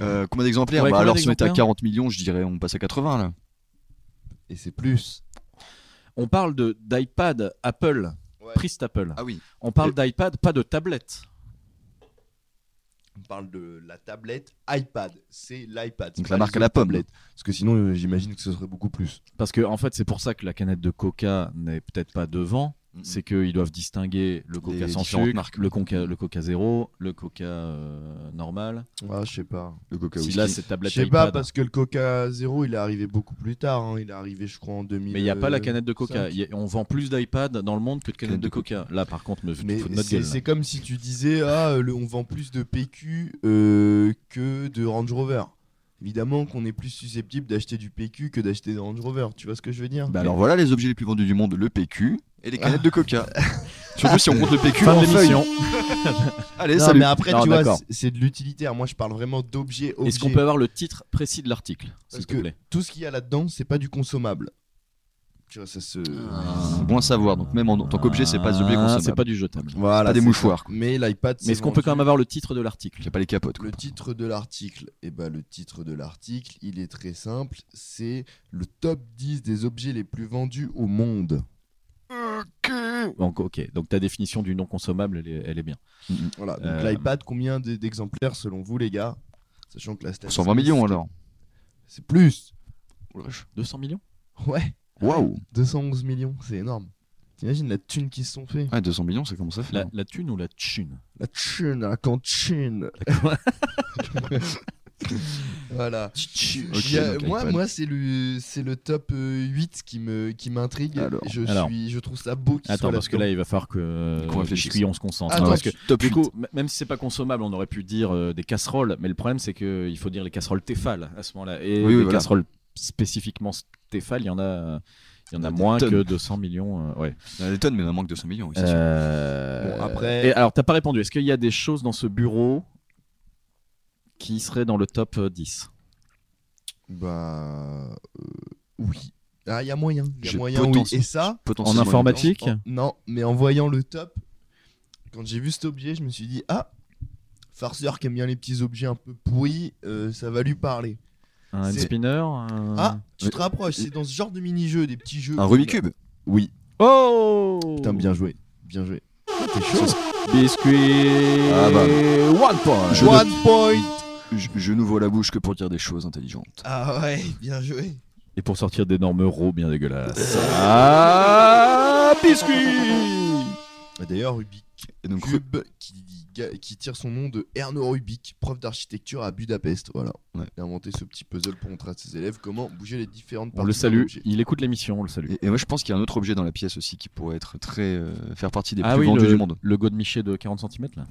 F: Euh, combien d'exemplaires
E: Ouais,
F: bah,
E: combien
F: Alors, si on était à
E: d'exemplaires
F: 40 millions, je dirais on passe à 80 là.
G: Et c'est plus.
E: on parle de d'iPad Apple,
G: Ouais.
E: Priest Apple.
F: Ah oui.
E: On parle d'iPad, pas de tablette.
G: On parle de la tablette iPad, c'est l'iPad. c'est
F: Donc
G: pas
F: la marque
G: les
F: à la
G: autres
F: pomme.
G: tablettes. Parce que sinon euh, j'imagine que ce serait beaucoup plus.
E: Parce que en fait, c'est pour ça que la canette de Coca n'est peut-être pas devant.
F: Mhm.
E: C'est qu'ils doivent distinguer le Coca
F: Les
E: sans
F: différentes
E: sucre,
F: marques.
E: le, Coca, le Coca zéro, le Coca euh, normal.
G: Ah, je sais pas.
F: Le coca
E: Si
F: whisky.
E: là, c'est
G: Je
E: tablette
G: sais pas
E: iPad.
G: parce que le Coca Zero il est arrivé beaucoup plus tard. hein. Il est arrivé, je crois, en 2000.
E: Mais il n'y a pas la
G: euh,
E: canette de Coca.
G: cinq.
E: Il y a- on vend plus d'iPad dans le monde que de canettes
F: Canette
E: de
F: de
E: Coca. Là, par contre, me tu te
G: Mais
E: fous de notre
G: c'est-
E: gueule.
G: c'est comme si tu disais ah euh, le- on vend plus de PQ euh, que de Range Rover. Évidemment qu'on est plus susceptible d'acheter du PQ que d'acheter des Range Rover. Tu vois ce que je veux dire
F: Bah, alors voilà les objets les plus vendus du monde le PQ et les canettes de coca. Surtout si on compte le PQ en feuille. (laughs) Allez,
G: Non,
F: salut.
G: mais après
E: Non,
G: tu vois
E: d'accord.
G: c'est- c'est de l'utilitaire. Moi je parle vraiment d'objets.
E: Est-ce qu'on
G: objets.
E: peut avoir le titre précis de l'article, s'il
G: Parce
E: te
G: que-
E: plaît
G: Tout ce qu'il y a là-dedans c'est pas du consommable. Tu vois ça se.
F: Bon à savoir, donc même en, en tant qu'objet, c'est pas des objets
E: Ah,
F: consommables.
E: C'est pas du jetable.
G: Voilà.
F: Pas des
G: c'est
F: mouchoirs,
G: ça. Mais l'iPad.
E: Mais est-ce qu'on peut
G: vendu-
E: quand même avoir le titre de l'article
F: Il y a pas les capotes. quoi.
G: Le titre de l'article, eh ben, le titre de l'article, il est très simple, c'est le top 10 des objets les plus vendus au monde.
E: Donc, ok, donc ta définition du non consommable, elle est, elle est bien.
G: Voilà, donc
E: Euh.
G: l'iPad, combien d- d'exemplaires selon vous les gars Sachant que la Stan
F: 120
G: Smith,
F: millions alors.
E: hein.
G: C'est plus. (laughs)
E: 200 millions
G: Ouais,
F: Waouh.
G: 211 millions, c'est énorme. T'imagines la thune qu'ils se sont fait
F: Ouais, 200 millions, ça commence à faire. hein.
E: La, la thune ou la thune
G: La thune,
E: (laughs)
G: la cantine. (laughs) voilà.
F: Ok,
G: Il y a-
F: donc
G: moi,
F: iPad.
G: moi c'est le, c'est le top euh, 8 qui me, qui m'intrigue.
F: Alors.
G: je
E: Alors.
G: suis, je trouve ça beau. qu'il
E: Attends,
G: soit
E: parce que là, il va falloir que
F: Qu'on réfléchisse.
E: puis on se concentre.
G: Attends,
E: hein, parce que
G: tu-
F: top
E: du
F: 8.
E: coup, m- même si c'est pas consommable, on aurait pu dire euh, des casseroles, mais le problème c'est que il faut dire les casseroles Tefal à ce moment-là. Et
F: Oui, oui,
E: les
F: voilà.
E: casseroles spécifiquement Tefal, il y en a, il y en a
F: Des
E: moins
F: tonnes.
E: que 200 millions. euh, ouais.
F: Il y en a des tonnes, mais il en manque 200 millions. Oui, c'est sûr.
E: Euh,
G: Bon, après-
E: Et alors, t'as pas répondu. Est-ce qu'il y a des choses dans ce bureau qui seraient dans le top euh, 10
G: Bah euh, oui. Ah, il y a moyen. Il y a
F: J'ai
G: moyen. oui.
F: potentiel-
G: Et ça,
E: En
F: potentiellement,
E: informatique
G: en- non, mais en voyant le top, quand j'ai vu cet objet, je me suis dit ah, farceur qui aime bien les petits objets un peu pourris, euh, ça va lui parler.
E: Un hand
G: C'est-
E: spinner
F: Hmm.
E: un-
G: Ah, tu te
F: mais-
G: rapproches. C'est dans ce genre de mini-jeu, des petits jeux.
F: Un
G: comme-
F: Rubik's Cube
G: Oui.
E: Oh
G: Putain, bien joué, bien joué.
E: Biscuit
F: Ah bah.
E: One point
F: Je
G: One point.
F: Je, je n'ouvre la bouche que pour dire des choses intelligentes.
G: Ah ouais, bien joué.
E: Et pour sortir d'énormes rots bien dégueulasses. Ah, biscuit
G: Bah, D'ailleurs, Rubik
F: Et donc, Ru-
G: Cube qui, ga- qui tire son nom de Erno Rubik, prof d'architecture à Budapest. Voilà.
F: Ouais.
G: Il a inventé ce petit puzzle pour montrer à ses élèves comment bouger les différentes parties.
E: On le
G: d'un
E: salue,
G: objet.
E: il écoute l'émission, on le salue.
F: et, et moi, je pense qu'il y a un autre objet dans la pièce aussi qui pourrait être très euh, faire partie des
E: Ah
F: plus
E: oui,
F: vendus
E: le,
F: du monde.
E: le godemiché de 40 cm là.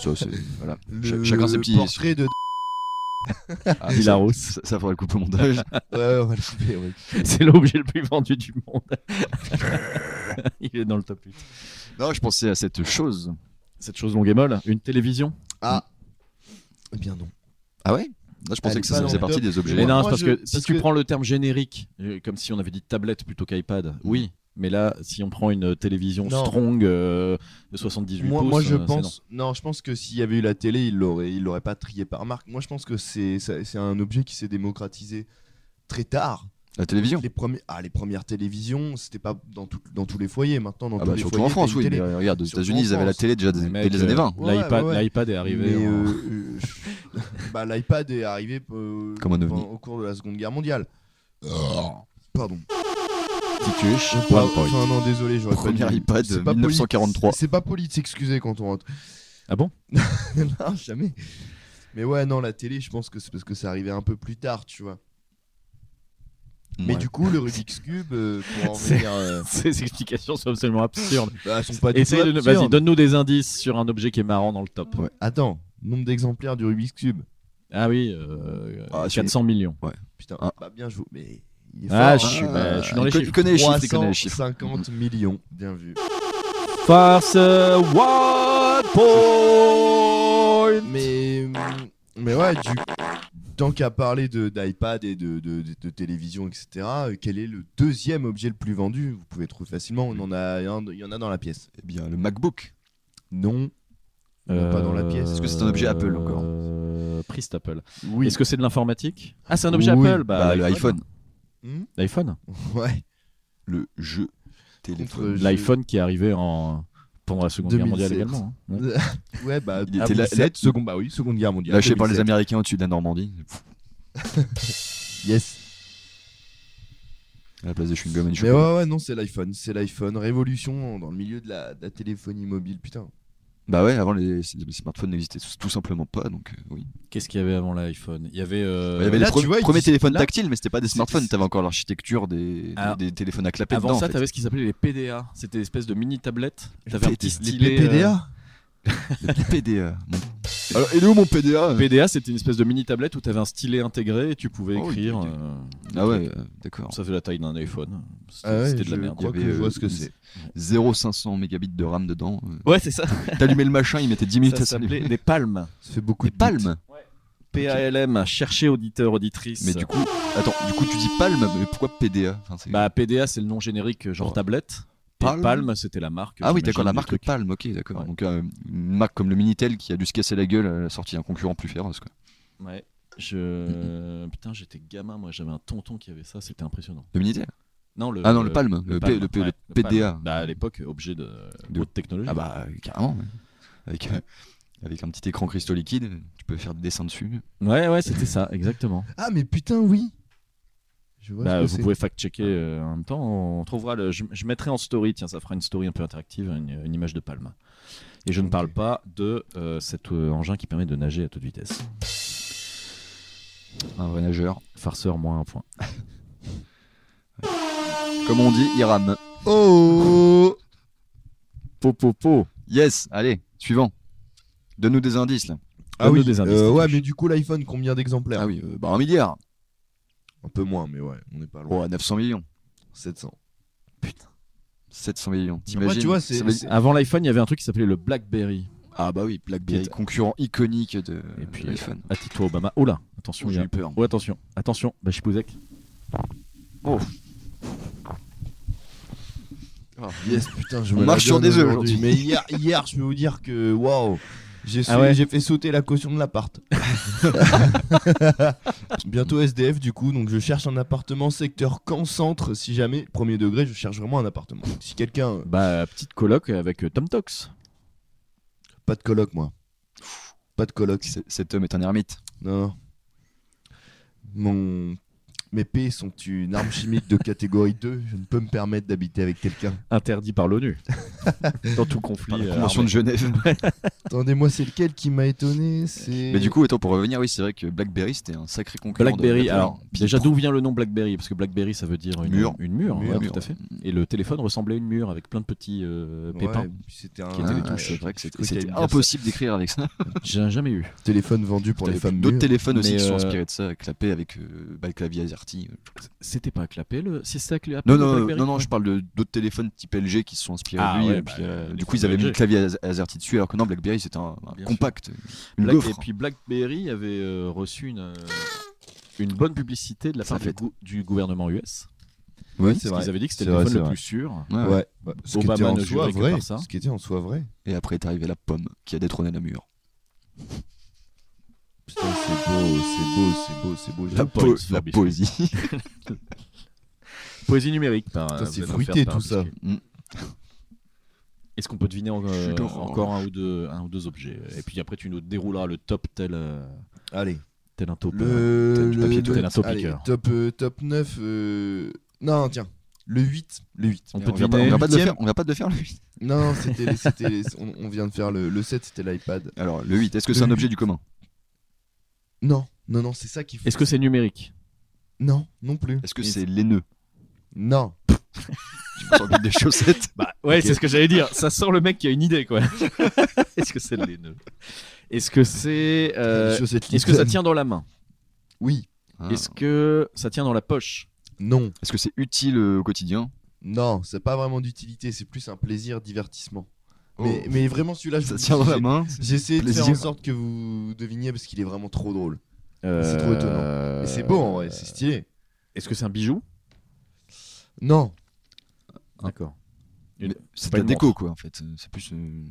F: Ça, c'est- voilà. Ch-
G: Le
F: chacun ses petits.
G: portrait de.
F: Ah,
E: Dis
F: ça,
E: la rousse.
F: ça, ça faudrait le couper au montage.
G: Ouais, ouais, on va le couper, ouais.
E: (laughs) C'est l'objet le plus vendu du monde. (laughs) il est dans le top 8.
F: (laughs) non, je pensais à cette chose.
E: Cette chose longue et molle, une télévision
G: Ah. Eh bien non.
F: Ah ouais Là, je pensais
G: Elle
F: que
G: est
F: ça,
G: pas
F: ça
G: dans
F: faisait
G: le
F: partie
G: top.
F: des objets.
E: Mais
G: Moi-
E: non,
G: moi,
E: c'est parce
G: je-
E: que si
G: parce
E: tu
G: que-
E: prends le terme générique, euh, comme si on avait dit tablette plutôt qu'iPad, oui. Mais là, si on prend une télévision
G: Non.
E: strong euh, de 78
G: Moi,
E: pouces,
G: moi, je
E: euh, c'est non.
G: pense. Non. je pense que s'il y avait eu la télé, il l'aurait, il l'aurait pas trié par marque. Moi, je pense que c'est, ça- c'est un objet qui s'est démocratisé très tard.
F: La télévision
G: Les premiers, ah, les premières télévisions, c'était pas dans, tout- dans tous les foyers. Maintenant, dans
F: Ah
G: tous
F: bah,
G: les
F: surtout
G: foyers,
F: en France,
G: t'as une
F: oui.
G: télé.
F: mais, euh, regarde, aux
G: Surtout
F: États-Unis,
G: en
F: ils avaient la
G: France.
F: télé déjà des-
E: Les
F: dès
E: mecs,
F: les années
E: euh,
F: 20.
G: Ouais,
E: L'iPad
G: ouais, ouais.
E: l'iPad est arrivé.
G: Mais,
E: en-
G: euh, euh, (laughs) bah, l'iPad est arrivé euh,
F: Comme un ovni. Oh.
G: pendant- au cours de la Seconde Guerre mondiale. Pardon.
E: Titus,
G: Ah,
E: one point.
G: enfin, non, désolé, j'aurais pas
F: Premier
G: dû-
F: iPad,
G: C'est pas poli-
F: 1943.
G: C'est pas poli de s'excuser quand on rentre.
E: Ah bon
G: (laughs) non, jamais. Mais ouais, non, la télé, je pense que c'est parce que c'est arrivé un peu plus tard, tu vois. Mais
F: Ouais.
G: du coup, le Rubik's Cube, euh,
F: (laughs)
G: pour en
E: C'est-
G: venir. euh,
E: (laughs) Ces explications sont absolument absurdes.
G: bah, elles sont pas du
E: Essaye
G: tout
E: de-
G: absurdes.
E: Vas-y, donne-nous des indices sur un objet qui est marrant dans le top.
F: Ouais.
G: Attends, nombre d'exemplaires du Rubik's Cube.
E: Ah oui, euh,
F: Ah, c'est-
E: 400 millions.
G: Putain,
F: Ah.
G: bah, bien joué. Mais il est
E: Ah, je
G: fort,
E: suis,
G: hein.
E: bah, je suis dans
F: il
E: les
F: co-
E: chiffres.
F: Il connaît les chiffres, il connaît les chiffres.
G: 350 millions, bien vu.
E: Farce, euh, one point
G: Mais, mais ouais, du... tant qu'à parler de- d'iPad et de, de- de- de télévision, etc., euh, quel est le deuxième objet le plus vendu Vous pouvez trouver facilement, on en a un- il y en a dans la pièce.
F: Eh bien, le MacBook.
G: Non, Non, pas dans la pièce.
F: Est-ce que c'est un objet Apple encore
E: Euh, Priest Apple.
G: oui.
E: Est-ce que c'est de l'informatique Ah, c'est un objet
G: Oui.
E: Apple
F: Bah, le
E: l'iPhone.
F: iPhone.
G: Hmm
E: L'iPhone
G: (laughs) ouais.
F: Le jeu téléphone.
G: Contre- Je-
E: L'iPhone qui est arrivé en... pendant la Seconde Guerre mondiale
G: 2007.
E: également. hein. Ouais.
G: ouais, bah,
F: Il était là-
G: 2007, seconde, bah oui, seconde guerre mondiale.
F: Lâché par les
G: 2007.
F: Américains au-dessus de la Normandie. Pff,
G: Yes.
F: À la place des chewing-gum et du
G: Mais
F: chocolat.
G: ouais, ouais, non, c'est l'iPhone, c'est l'iPhone. Révolution dans le milieu de la, de la téléphonie mobile, putain.
F: Bah ouais, avant les, les smartphones n'existaient tout simplement pas, donc euh, oui.
E: Qu'est-ce qu'il y avait avant l'iPhone Il y avait. euh,
F: Il y avait
G: Bah, là,
F: les pre-
G: tu vois, ils
F: premiers
G: disaient-
F: téléphones
G: là-
F: tactiles, mais c'était pas des smartphones,
G: c'est-
F: t'avais encore l'architecture des,
E: Alors,
F: des, des téléphones à clapet
E: Avant
F: dedans.
E: ça,
F: en fait.
E: t'avais ce qu'ils appelaient les PDA. C'était des espèces de mini tablettes. T'avais un
F: PD,
E: petit
F: les
E: stylet.
G: Les PDA
F: euh, Le PDA. (laughs) Alors, il est où euh, mon PDA
E: euh, PDA, c'était une espèce de mini tablette où t'avais un stylet intégré et tu pouvais
F: Oh,
E: écrire.
F: ok.
E: euh,
F: Ah ouais, euh, d'accord.
E: ça fait la taille d'un iPhone. C'était
G: Ah ouais,
E: c'était de la
G: je
E: merde.
G: crois
F: Il y
G: que
F: avait,
G: je
F: euh,
G: vois ce que
F: une-
G: c'est.
F: 0,500 mégabits de RAM dedans. (laughs) euh.
E: Ouais, c'est ça.
F: T'allumais le machin, il mettait 10 minutes
E: ça
F: à s'allumer.
E: s'appelait des
F: (laughs)
E: palmes.
G: Ça fait beaucoup
F: Des
G: de bits.
F: palmes
E: PALM, chercher auditeur, auditrice.
F: Mais du coup, attends, du coup tu dis palme, mais pourquoi PDA Enfin, c'est- Ah
E: Bah, PDA, c'est le nom générique, genre
F: Ouais.
E: tablette. Et
F: Palm.
E: Palm, c'était la marque.
F: Ah oui,
E: j'imagine,
F: d'accord, la
E: du
F: marque
E: truc.
F: Palm, ok, d'accord.
E: Ouais.
F: Donc euh, une marque comme le Minitel qui a dû se casser la gueule à la sortie d'un concurrent plus féroce. Quoi.
E: Ouais. Je. Putain, j'étais gamin, moi, j'avais un tonton qui avait ça, c'était impressionnant.
F: Le Minitel
E: Non, Euh, le.
F: Ah non, le Palm, le, P-
E: Palm,
F: le P-
E: ouais,
F: le
E: le Palm.
F: PDA.
E: Bah, à l'époque, objet de,
F: De-
E: haute technologie.
F: Ah bah euh, carrément. ouais. Avec, euh, avec un petit écran cristaux liquide, tu peux faire des dessins dessus.
E: Ouais, ouais, c'était ça, exactement.
G: Ah, mais putain, oui. Je vois
E: Bah,
G: ce que
E: vous
G: c'est.
E: pouvez fact-checker euh, en même temps. On trouvera le- je, je mettrai en story, tiens, ça fera une story un peu interactive, une, une image de palme. Et je ne
G: Ok.
E: parle pas de euh, cet euh, engin qui permet de nager à toute vitesse.
F: Un vrai nageur.
E: Farceur, moins un point.
F: Comme on dit, il rame.
G: Oh
E: Po, po, po.
F: Yes, allez, suivant. Donne-nous des indices là.
G: Ah oui,
E: des indices,
G: euh,
E: Tatuche.
G: ouais, mais du coup, l'iPhone, combien d'exemplaires
F: Ah oui, euh, bah un milliard.
G: Un peu moins, mais ouais, on n'est pas loin.
F: Oh, à 900 millions.
G: 700.
F: 700 millions.
G: Mais
F: T'imagines
G: moi, tu vois, c'est-
F: Ça veut-
G: c'est-
E: Avant l'iPhone, il y avait un truc qui s'appelait le Blackberry.
F: Ah bah oui, BlackBerry,
E: Qui est-
F: concurrent iconique de
E: Et puis,
F: Euh,
E: euh,
F: l'iPhone.
E: À Tito Obama. Oh là, attention, il y
F: J'ai
E: a-
F: eu peur.
E: Oh, attention, attention, Bachipouzek.
G: Yes, putain, je
F: On
G: me la
F: marche sur
G: donne
F: des œufs aujourd'hui.
G: Mais hier, hier, je peux vous dire que waouh, j'ai
E: Ah
G: sau-
E: ouais
G: j'ai fait sauter la caution de l'appart.
F: (laughs)
G: Bientôt SDF du coup, donc je cherche un appartement secteur Caen centre. Si jamais premier degré, je cherche vraiment un appartement. Donc, si quelqu'un, euh,
E: Bah, petite coloc avec euh, Tom Tox.
G: pas de coloc moi, pas de coloc.
F: C- Cet homme est un ermite.
G: Non, non. Mon... Mes P sont une arme chimique de catégorie 2. Je ne peux me permettre d'habiter avec quelqu'un.
E: Interdit par l'ONU. Dans tout conflit.
F: Par la
E: euh,
F: Convention de
E: armé.
F: Genève.
G: Attendez-moi, c'est lequel qui m'a étonné C'est.
F: (laughs) Mais du coup, attends, pour revenir, oui, c'est vrai que BlackBerry, c'était un sacré concurrent. de
E: Blackberry,
F: Apple.
E: alors
F: Puis
E: déjà
F: pro-
E: d'où vient le nom Blackberry Parce que Blackberry ça veut dire une
F: Mur.
E: Une mure,
G: Mur,
E: ouais,
F: mur,
E: tout à fait.
F: ouais.
E: Et le téléphone ressemblait à une mur avec plein de petits euh,
G: Ouais,
E: pépins.
G: puis c'était un
E: qui étaient les
F: Ah,
E: touches.
F: C'est vrai que c'était
G: Je
F: c'était
G: croyais qu'il allait me dire
F: impossible d'écrire avec ça.
E: J'ai jamais eu.
G: ça. téléphone vendu pour
F: T'as
G: les
F: vu
G: femmes
F: D'autres
G: mûres.
F: téléphones aussi
E: Mais,
F: qui sont
E: euh,
F: inspirés de ça, clapé avec euh, bah, le clavier AZERTY.
E: C'était pas clapé le. C'est ça que les Apple
F: Non,
E: de
F: non,
E: Blackberry
F: non, non, je parle de- d'autres téléphones type LG qui se sont inspirés
E: Ah
F: de lui.
E: ouais,
F: et puis,
E: bah,
F: euh,
E: les
F: du coup, ils
E: phones
F: avaient mis
E: LG.
F: le clavier Az- AZERTY dessus, alors que non, BlackBerry c'était un, un
E: Bien sûr.
F: compact, une
E: Black-
F: gaufre.
E: Et puis Blackberry avait euh, reçu une, euh, une bonne publicité de la
F: Ça
E: part du,
F: fait-
E: gou- du gouvernement US.
G: Ouais,
E: Parce qu'ils avaient dit que c'était
G: C'est
E: le téléphone
G: vrai, c'est
E: le
G: vrai.
E: plus sûr.
F: Ouais, ouais.
G: Ouais. ouais. Ce qui
E: Obama
G: était en
E: ne
G: soi
E: jurait que
G: vrai.
E: par ça.
G: Ce qui était en soi vrai.
F: Et après est arrivée la pomme qui a détrôné la mûre.
G: Putain, c'est beau, c'est beau, c'est beau, c'est beau.
E: La
G: J'aime pas.
E: pomme.
F: Po-
E: Forbes.
F: la poésie.
E: Poésie numérique. par-
G: Putain,
E: euh,
G: c'est
E: offerte
G: fruité,
E: par
G: tout ça.
E: Biscuit.
F: (laughs)
E: Mm. Est-ce qu'on peut deviner en-
F: Je suis
E: euh,
F: dans-
E: encore un ou, deux, un ou deux objets Et puis après, tu nous dérouleras le top tel, euh,
G: Allez.
E: tel un top. euh, T'as
G: Le.
E: du papier,
G: le-
E: tout est
G: le-
E: un top
G: allez,
E: piqueur.
G: Top euh, top 9. euh, Non, tiens. Le 8. Le 8.
E: On
F: Et
E: peut
F: on vient pas- on
E: deviner.
F: vient pas de le
G: Huitième.
F: faire, on vient pas de le faire le 8.
G: Non, c'était. c'était- on, on vient de faire le, le 7, c'était l'iPad.
F: Alors, le 8, est-ce que
G: Le
F: c'est un
G: huit.
F: objet du commun
G: Non, non, non, c'est ça qu'il faut.
E: Est-ce que c'est numérique
G: Non, non plus.
F: Est-ce que
E: (laughs)
F: c'est l'aineux
G: Non.
F: Tu penses en mettre des chaussettes
E: Bah ouais, c'est ce que j'allais dire. Ça sent le mec qui a une idée, (laughs) quoi. Est-ce que c'est le laineux Est-ce que c'est. euh,
G: Chaussettes
E: Est-ce que ça
G: Lipton.
E: tient dans la main
G: Oui.
F: Ah.
E: Est-ce que ça tient dans la poche
G: Non.
F: Est-ce que c'est utile euh, au quotidien
G: Non, c'est pas vraiment d'utilité, c'est plus un plaisir divertissement.
F: Oh.
G: Mais, mais vraiment celui-là, je
F: Ça
G: vous-
F: tient dans la
G: j'ai-
F: main
G: J'ai essayé de faire en
F: Plaisir.
G: sorte que vous deviniez parce qu'il est vraiment trop drôle.
E: Euh,
G: Ah, trop étonnant. Et c'est beau en vrai, c'est stylé.
E: Est-ce que c'est un bijou
G: Non,
E: D'accord.
F: Mais C'est
E: pas
F: de la
E: une
F: déco, quoi, en fait. C'est plus euh, une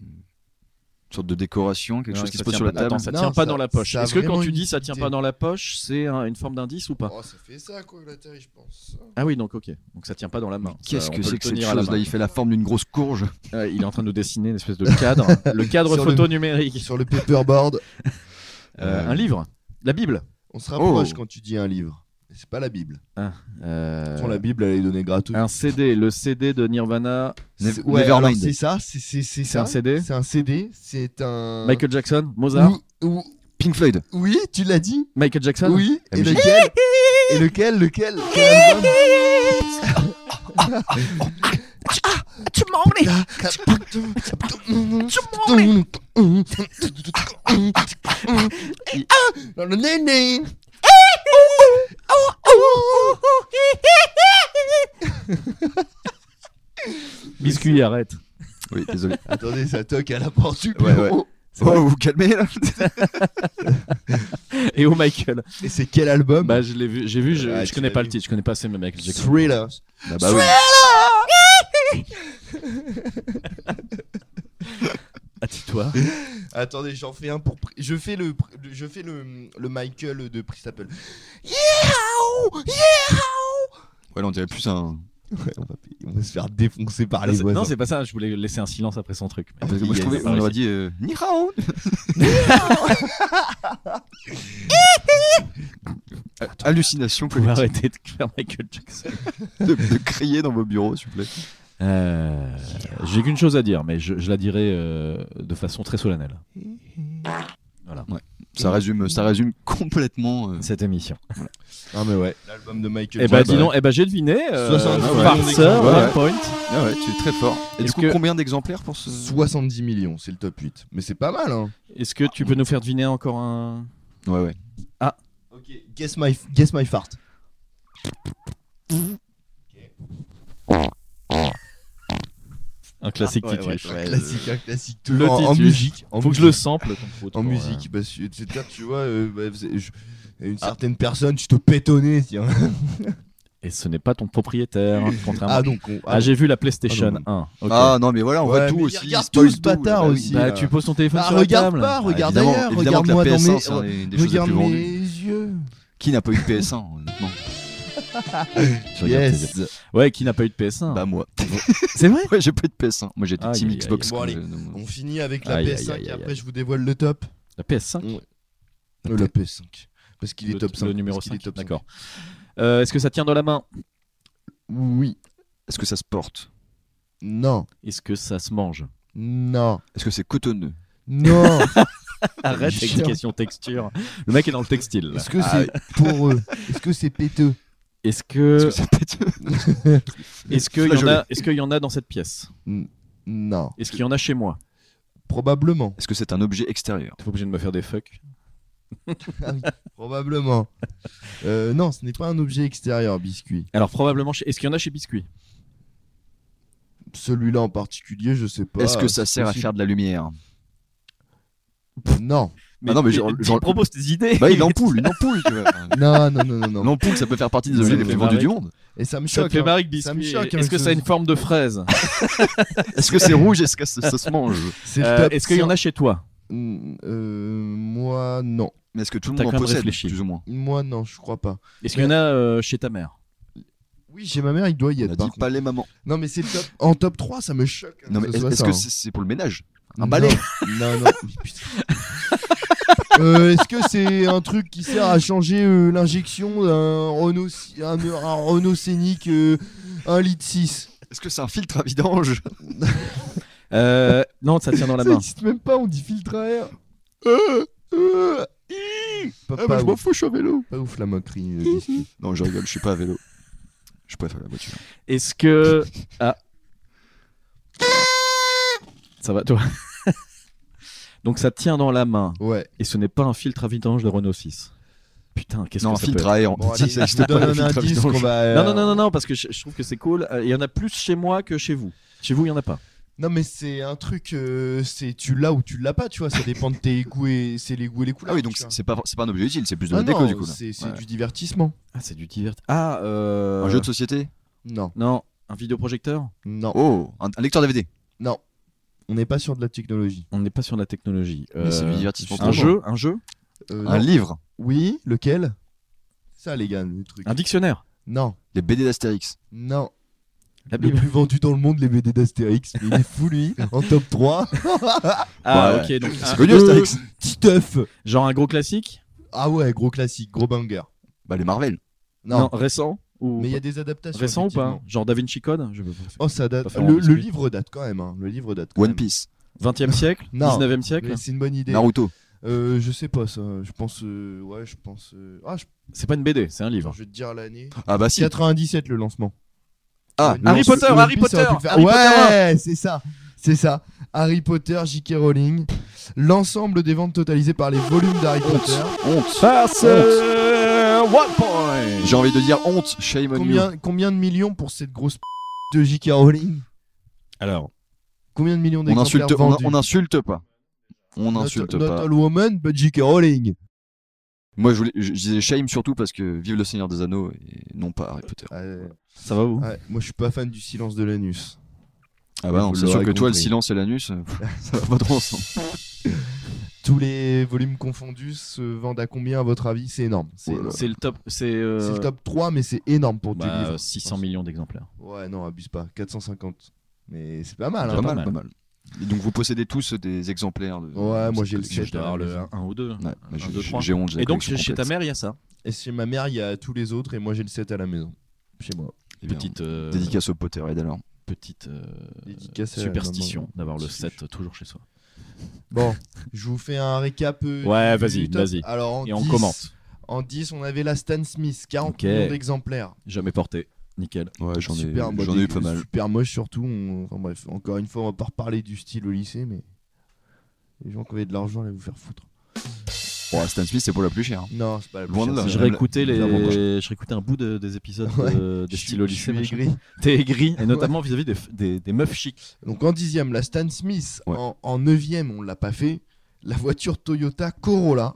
F: sorte de décoration, quelque
E: Non,
F: chose qui
E: ça
F: se pose
E: tient
F: sur la
E: pas-
F: table.
E: Attends, ça
G: Non,
E: tient pas
G: ça-
E: dans la poche.
G: ça a
E: Est-ce que quand
G: vraiment
E: tu
G: une
E: dis ça tient
G: utilité.
E: pas dans la poche, c'est un- une forme d'indice ou pas
G: oh, ça fait ça quoi la Terre, je pense.
E: Ah oui, donc ok. Donc ça tient pas dans la main. Ça, Euh,
F: Qu'est-ce
E: on
F: que
E: peut
F: c'est
E: le
F: que cette
E: tenir à la
F: chose-là
E: main.
F: Il fait la forme d'une grosse courge.
E: Euh, il est en train de nous dessiner une espèce de (laughs) cadre, le cadre
G: Sur le-
E: photo numérique.
G: Sur le paperboard,
E: Euh, un livre, la Bible.
G: on se rapproche
F: Oh.
G: quand tu dis un livre. Mais C'est pas la Bible.
E: Euh, Ah,
G: Sur la Bible, elle est donnée gratuite.
E: un CD, le CD de Nirvana.
G: C'est-
F: Nev-
G: ouais,
F: Nevermind.
G: alors c'est ça, c'est c'est c'est
E: C'est
G: ça.
E: un CD
G: C'est un CD, c'est un.
E: Michael Jackson, Mozart,
G: Ou- ou-
F: Pink Floyd.
G: Oui, tu l'as dit.
E: Michael Jackson.
G: Oui.
E: La
G: Et
E: musique.
G: lequel Et lequel (laughs) Lequel Quel album Ah,
D: Tu m'emmènes
G: Dans le néné
E: Biscuit, arrête.
F: Oui, désolé.
G: Attendez, ça toque à la porte du
F: Ouais,
G: bureau.
F: (laughs) oh, vous vous calmez là
E: Et oh Michael.
G: Et c'est quel album
E: Bah je l'ai vu, j'ai vu, je,
G: Ah,
E: je
G: tu
E: connais
G: l'as
E: pas
G: vu.
E: le titre, je connais pas assez mais Michael Jackson.
G: (laughs) Thriller.
F: Ah bah oui.
E: Attends-toi.
G: Attendez, j'en fais un pour. pri- Je fais le, pri- le- je fais le, le Michael de Priest Apple.
F: Ouais, là, on dirait plus un.
G: on, va, se faire défoncer par
E: Non, c'est- Non, c'est pas ça, je voulais laisser un silence après son truc. mais-
F: Parce que moi, je
E: Ah, Il y a-
F: trouvais,
E: ça
F: on aurait
E: paraissait- (laughs)
F: dit euh, Ni (laughs) hao.
E: putain.
F: Hallucination
E: Vous pouvez
F: collective.
E: arrêter de faire Michael Jackson.
F: de, de crier dans vos bureaux, s'il vous plaît.
E: Euh, J'ai qu'une chose à dire, mais je, je la dirai euh, de façon très solennelle.
F: Ça résume, ça résume complètement. euh,
E: Cette émission.
G: Ah, mais ouais. L'album de Michael
E: Eh ben,
G: Jackson.
E: dis donc, eh ben, j'ai deviné. Euh,
G: 70
E: par
G: millions
E: Farceur, One
G: d'écoutes. bah, Ouais.
E: Point.
F: Ah ouais, tu es très fort. Et du
E: Est-ce
F: coup,
E: que-
F: combien d'exemplaires pour ce.
G: 70 millions, c'est le top 8. Mais c'est pas mal, hein.
E: Est-ce que tu peux nous faire deviner encore un.
F: Ouais, ouais.
G: Ok, guess my, guess my fart.
E: Un classique
G: Ah, Ouais,
E: titre
G: ouais, ouais, classique, un classique.
E: Le
G: Toujours Euh, en, en
E: titre.
G: musique. En
E: Faut que
G: musique.
E: je le sample. ton faute,
G: En
E: pour, euh,
G: musique, parce que c'est ça, tu vois, euh, bah, c'est- je- une
E: Ah.
G: certaine personne, tu te pétonnais, hein. tiens.
E: Et ce n'est pas ton (laughs) propriétaire, contrairement.
G: Ah donc, on-
E: Ah, j'ai vu la PlayStation
G: Ah,
E: 1. ok.
F: Ah non, mais voilà, on voit
G: Ouais,
F: tout
G: mais
F: aussi.
G: il regarde
F: il spoil
G: tout, ce bâtard
F: bah oui.
G: aussi.
E: Bah,
G: là.
E: tu poses ton téléphone
G: Ah,
E: sur la
G: regarde
E: table.
G: pas,
F: Ah,
G: regarde
F: évidemment-
G: ailleurs,
F: évidemment que la
G: regarde-moi dans
F: PS1,
G: mes,
F: c'est un des- des choses les
G: regarde
F: plus
G: mes
F: vendues.
G: yeux.
F: Qui n'a pas eu de PS1 honnêtement
E: Tu regardes tes- Ouais, qui n'a pas eu de PS1
F: (laughs) Bah moi.
E: C'est vrai
F: Ouais, j'ai pas eu de PS1. Moi j'étais
E: Aïe,
F: Team
E: aïe,
F: Xbox.
G: aïe.
F: quand
G: Bon, allez.
F: je- donc-
G: On finit avec la
E: Aïe,
G: PS5
E: aïe, aïe,
G: et après
E: aïe.
G: je vous dévoile le top.
E: La PS5
G: Euh, la PS5. Parce qu'il est
E: le,
G: top 5.
E: le numéro
G: parce qu'il est
E: 5.
G: top 5.
E: D'accord. Euh, Est-ce que ça tient dans la main
G: Oui.
F: Est-ce que ça se porte
G: Non.
E: Est-ce que ça se mange
G: Non.
F: Est-ce que c'est cotonneux
G: Non.
E: Arrête avec
G: Chiant.
E: les questions texture. (laughs) Le mec est dans le textile. là.
G: Est-ce que c'est poreux Est-ce que c'est péteux
E: Est-ce
F: Est-ce
E: que
F: que ça
E: (laughs)
F: pète
E: est-ce qu'il y en a est-ce qu'il y en a dans cette pièce
G: Non.
E: Est-ce qu'il y en a chez moi
G: Probablement.
F: Est-ce que c'est un objet extérieur
E: T'es pas obligé de me faire des fucks.
G: Probablement. Euh, non, ce n'est pas un objet extérieur, biscuit.
E: Alors probablement chez- est-ce qu'il y en a chez Biscuit
G: Celui-là en particulier, je sais pas.
F: Est-ce que ça sert à faire de la lumière
G: faire Non.
F: Ah non, mais genre-
E: tu
F: genre-
E: proposes tes idées.
F: Bah une ampoule, une ampoule tu vois.
G: Non, non, non, non, non.
F: L'ampoule ça peut faire partie des
E: Ça
F: objets
E: me
F: les plus
E: fait
F: vendus
E: marrer.
F: du monde.
G: Et ça me
E: Ça me
G: choque.
E: fait
G: hein.
E: marre avec
G: Ça me
E: Biscuit.
G: choque, hein,
E: Est-ce que
G: ce-
E: ça a une forme de fraise
F: Est-ce que c'est rouge Est-ce que ça, ça se mange
G: C'est le
E: Euh,
G: top
E: Est-ce qu'il y en a chez toi
G: Mm, euh, moi, non.
F: Mais est-ce que tout le
E: T'as
F: monde en
E: quand même
F: possède
E: réfléchi.
F: plus ou moins
G: Moi, non, je crois pas.
E: Est-ce qu'il y en a euh, chez ta mère
G: Oui, chez ma mère, il doit
F: On
G: y
F: a
G: être.
F: dit
G: par contre.
F: pas les mamans.
G: Non, mais c'est le top. En top 3, ça me choque. hein,
F: Non mais
G: ce
F: est-ce
G: soit
F: est-ce
G: ça,
F: que
G: hein.
F: c'est c'est pour le ménage Un
G: Non.
F: balai (laughs)
G: Non, non. Mais putain. Euh, Est-ce que c'est un truc qui sert à changer euh, l'injection d'un Renault, Sc- un, un Renault Scénic 1 litre 6
F: Est-ce que c'est un filtre à vidange
E: Euh, Non, ça tient
F: Ah,
E: dans la
G: Ça
E: main.
G: existe même pas, on dit filtre à air. Euh, euh, hi. pas,
F: Ah
G: pas
F: bah Ah, je m'en
G: ouf,
F: fous, je suis à vélo.
G: pas ouf la moquerie. euh, biscuit.
F: Non je rigole, je suis pas à vélo. Je préfère la voiture.
E: (laughs) Est-ce que ah ça va toi (laughs) Donc ça tient dans la main
G: ouais.
E: et ce n'est pas un filtre à vidange de Renault 6. Putain, qu'est-ce
F: Non
E: que
F: un
E: ça
F: filtre
E: peut
F: à air.
G: Bon,
F: Ça
G: allez, je
F: existe
G: vous
F: pas, le (laughs)
G: donne un
F: filtre à
G: indice
F: vidange.
G: qu'on va.
E: être Non
G: euh,
E: non non non non parce que je, je trouve que c'est cool. Euh, Il y en a plus chez moi que chez vous. Chez vous, il y en a pas.
G: Non mais c'est un truc, euh, c'est tu l'as ou tu l'as pas, tu vois, ça dépend de tes goûts et c'est les goûts et les
F: Ah
G: couleurs.
F: oui, donc
G: tu vois.
F: c'est pas, c'est pas un objet utile, c'est plus de
G: Ah
F: la déco
G: non,
F: du coup. là.
G: C'est c'est
F: Ouais.
G: du divertissement.
E: Ah, c'est du divert. Ah euh...
F: Un jeu de société
G: Non,
E: non, un vidéoprojecteur.
G: non,
F: Oh, un, un lecteur DVD.
G: non. On n'est pas sur de la technologie.
E: On n'est pas sur la technologie. Euh,
F: Mais c'est du divertissement
E: Un
F: pour
E: jeu, un jeu,
G: Euh,
F: un
E: Ah,
G: non.
F: livre.
G: Oui, lequel Ça les gars, le truc.
E: un dictionnaire.
G: Non,
F: Des BD d'Astérix.
G: non.
E: La
G: Le
E: Bible.
G: plus vendu dans le monde, les BD d'Astérix. Mais il est fou
E: (laughs)
G: lui, en top 3.
E: Ah
F: Ouais.
E: ok donc
F: C'est
E: un-
G: Euh.
F: connu Astérix.
G: Titeuf.
E: genre un gros classique.
G: Ah ouais, gros classique, gros banger.
F: Bah les Marvel.
G: Non,
E: récent ou
G: mais il y a des adaptations.
E: Récent ou pas
G: effectivement.
E: Genre Da Vinci Code Je peux pas faire.
G: Oh ça
E: Pas
G: date.
E: faire en
G: Le, le
E: biscuit.
G: livre date quand même. hein. Le livre date. Quand
F: One
G: même.
F: Piece.
E: 20e siècle
G: Oh. (laughs) Non.
E: 19e siècle
G: Mais C'est une bonne idée.
F: Naruto.
G: Euh, je sais pas ça. Je pense. euh, ouais, je pense. euh, Ah, je...
E: C'est pas une BD, c'est un
G: attends,
E: livre.
G: je vais te dire l'année.
F: Ah bah si.
G: 97 le lancement.
F: Ah,
G: One
E: Euh, Harry
G: Piece-
E: Potter,
G: One
E: Harry
G: Piece aurait pu
E: Potter,
G: le faire.
E: Harry Potter
G: Ouais, c'est ça. C'est ça. Harry Potter, J.K. Rowling. L'ensemble des ventes totalisées par les volumes d'Harry Potter.
F: honte.
E: Face One
F: J'ai
E: Point
F: envie de dire honte. Shame on you.
G: euh, Combien, combien de millions pour cette grosse p... de J.K. Rowling
E: Alors,
G: Combien de millions
F: On
G: d'exemplaires
F: insulte, on,
G: vendus
F: on insulte pas. On
G: Not-
F: insulte
G: not
F: pas.
G: all woman, but J.K. Rowling.
F: Moi je, voulais, je- je disais shame surtout parce que vive le Seigneur des Anneaux et non pas Harry Potter.
G: Euh,
E: ça va vous
G: ouais, moi, je suis pas fan du silence de l'anus.
F: Ah bah non,
G: Vous
F: c'est sûr
G: l'aurez
F: que toi le
G: compris.
F: silence et l'anus, euh, ça va pas trop ensemble.
G: Tous les volumes confondus se vendent à combien à votre avis C'est énorme. C'est
F: Voilà.
E: C'est le top. C'est
G: Oh C'est
E: euh,
G: le top 3, mais c'est énorme pour
E: bah,
G: du livre.
E: 600 millions d'exemplaires.
G: Ouais, non, abuse pas. 450. Mais c'est pas mal.
E: C'est
G: hein.
E: pas mal.
F: mal. Et Donc vous possédez tous des exemplaires de.
G: Ouais,
F: de
G: moi
F: cette
G: j'ai le
F: collection,
G: 7.
E: Je dois avoir le
G: Ouais,
E: 1 ou 2.
F: Ouais, mais
E: Un,
F: j'ai-
E: deux,
F: j'ai-
E: trois.
F: j'ai honte, j'ai la
E: Et donc,
F: collection
E: chez chez ta
F: complète.
E: mère, il y a ça.
G: Et chez ma mère, il y a tous les autres et moi j'ai le 7 à la maison. Chez moi.
F: Eh bien,
E: Petite, euh,
F: Dédicace au Potterhead alors.
E: petite euh,
G: Dédicace à la
E: superstition
G: maman.
E: d'avoir le
G: Superstition.
E: 7 toujours chez soi.
G: Bon, (laughs) je vous fais un récap. euh,
E: Ouais,
G: du-
E: vas-y,
G: du top.
E: vas-y.
G: Alors, en
E: Et on
G: 10,
E: commente.
G: En 10, on avait la Stan Smith, 40
E: Ok.
G: millions d'exemplaires.
E: Jamais porté. Nickel.
F: Ouais, j'en ai,
G: Super, bah,
F: j'en
G: des-
F: ai eu pas mal.
G: Super moche surtout. on- Enfin bref, encore une fois, on va pas reparler du style au lycée, mais les gens qui avaient de l'argent allaient vous faire foutre.
F: Bon, Stan Smith, c'est pour la plus chère. hein.
G: Non, c'est pas la plus
F: Loin
G: chère,
F: de là.
G: c'est
E: Je
F: Je
G: la-
E: réécoutais, les...
F: la branche.
E: je réécoutais un bout de- des épisodes
G: Ouais.
E: de- des
G: Je suis-
E: stylos
G: je
E: lycée. machin.
G: suis aigri.
E: T'es aigri, et notamment vis-à-vis des, f- des, des meufs chics.
G: Donc en dixième, la Stan Smith.
F: Ouais.
G: En, en neuvième, on l'a pas fait. La voiture
F: (laughs)
G: Toyota Corolla.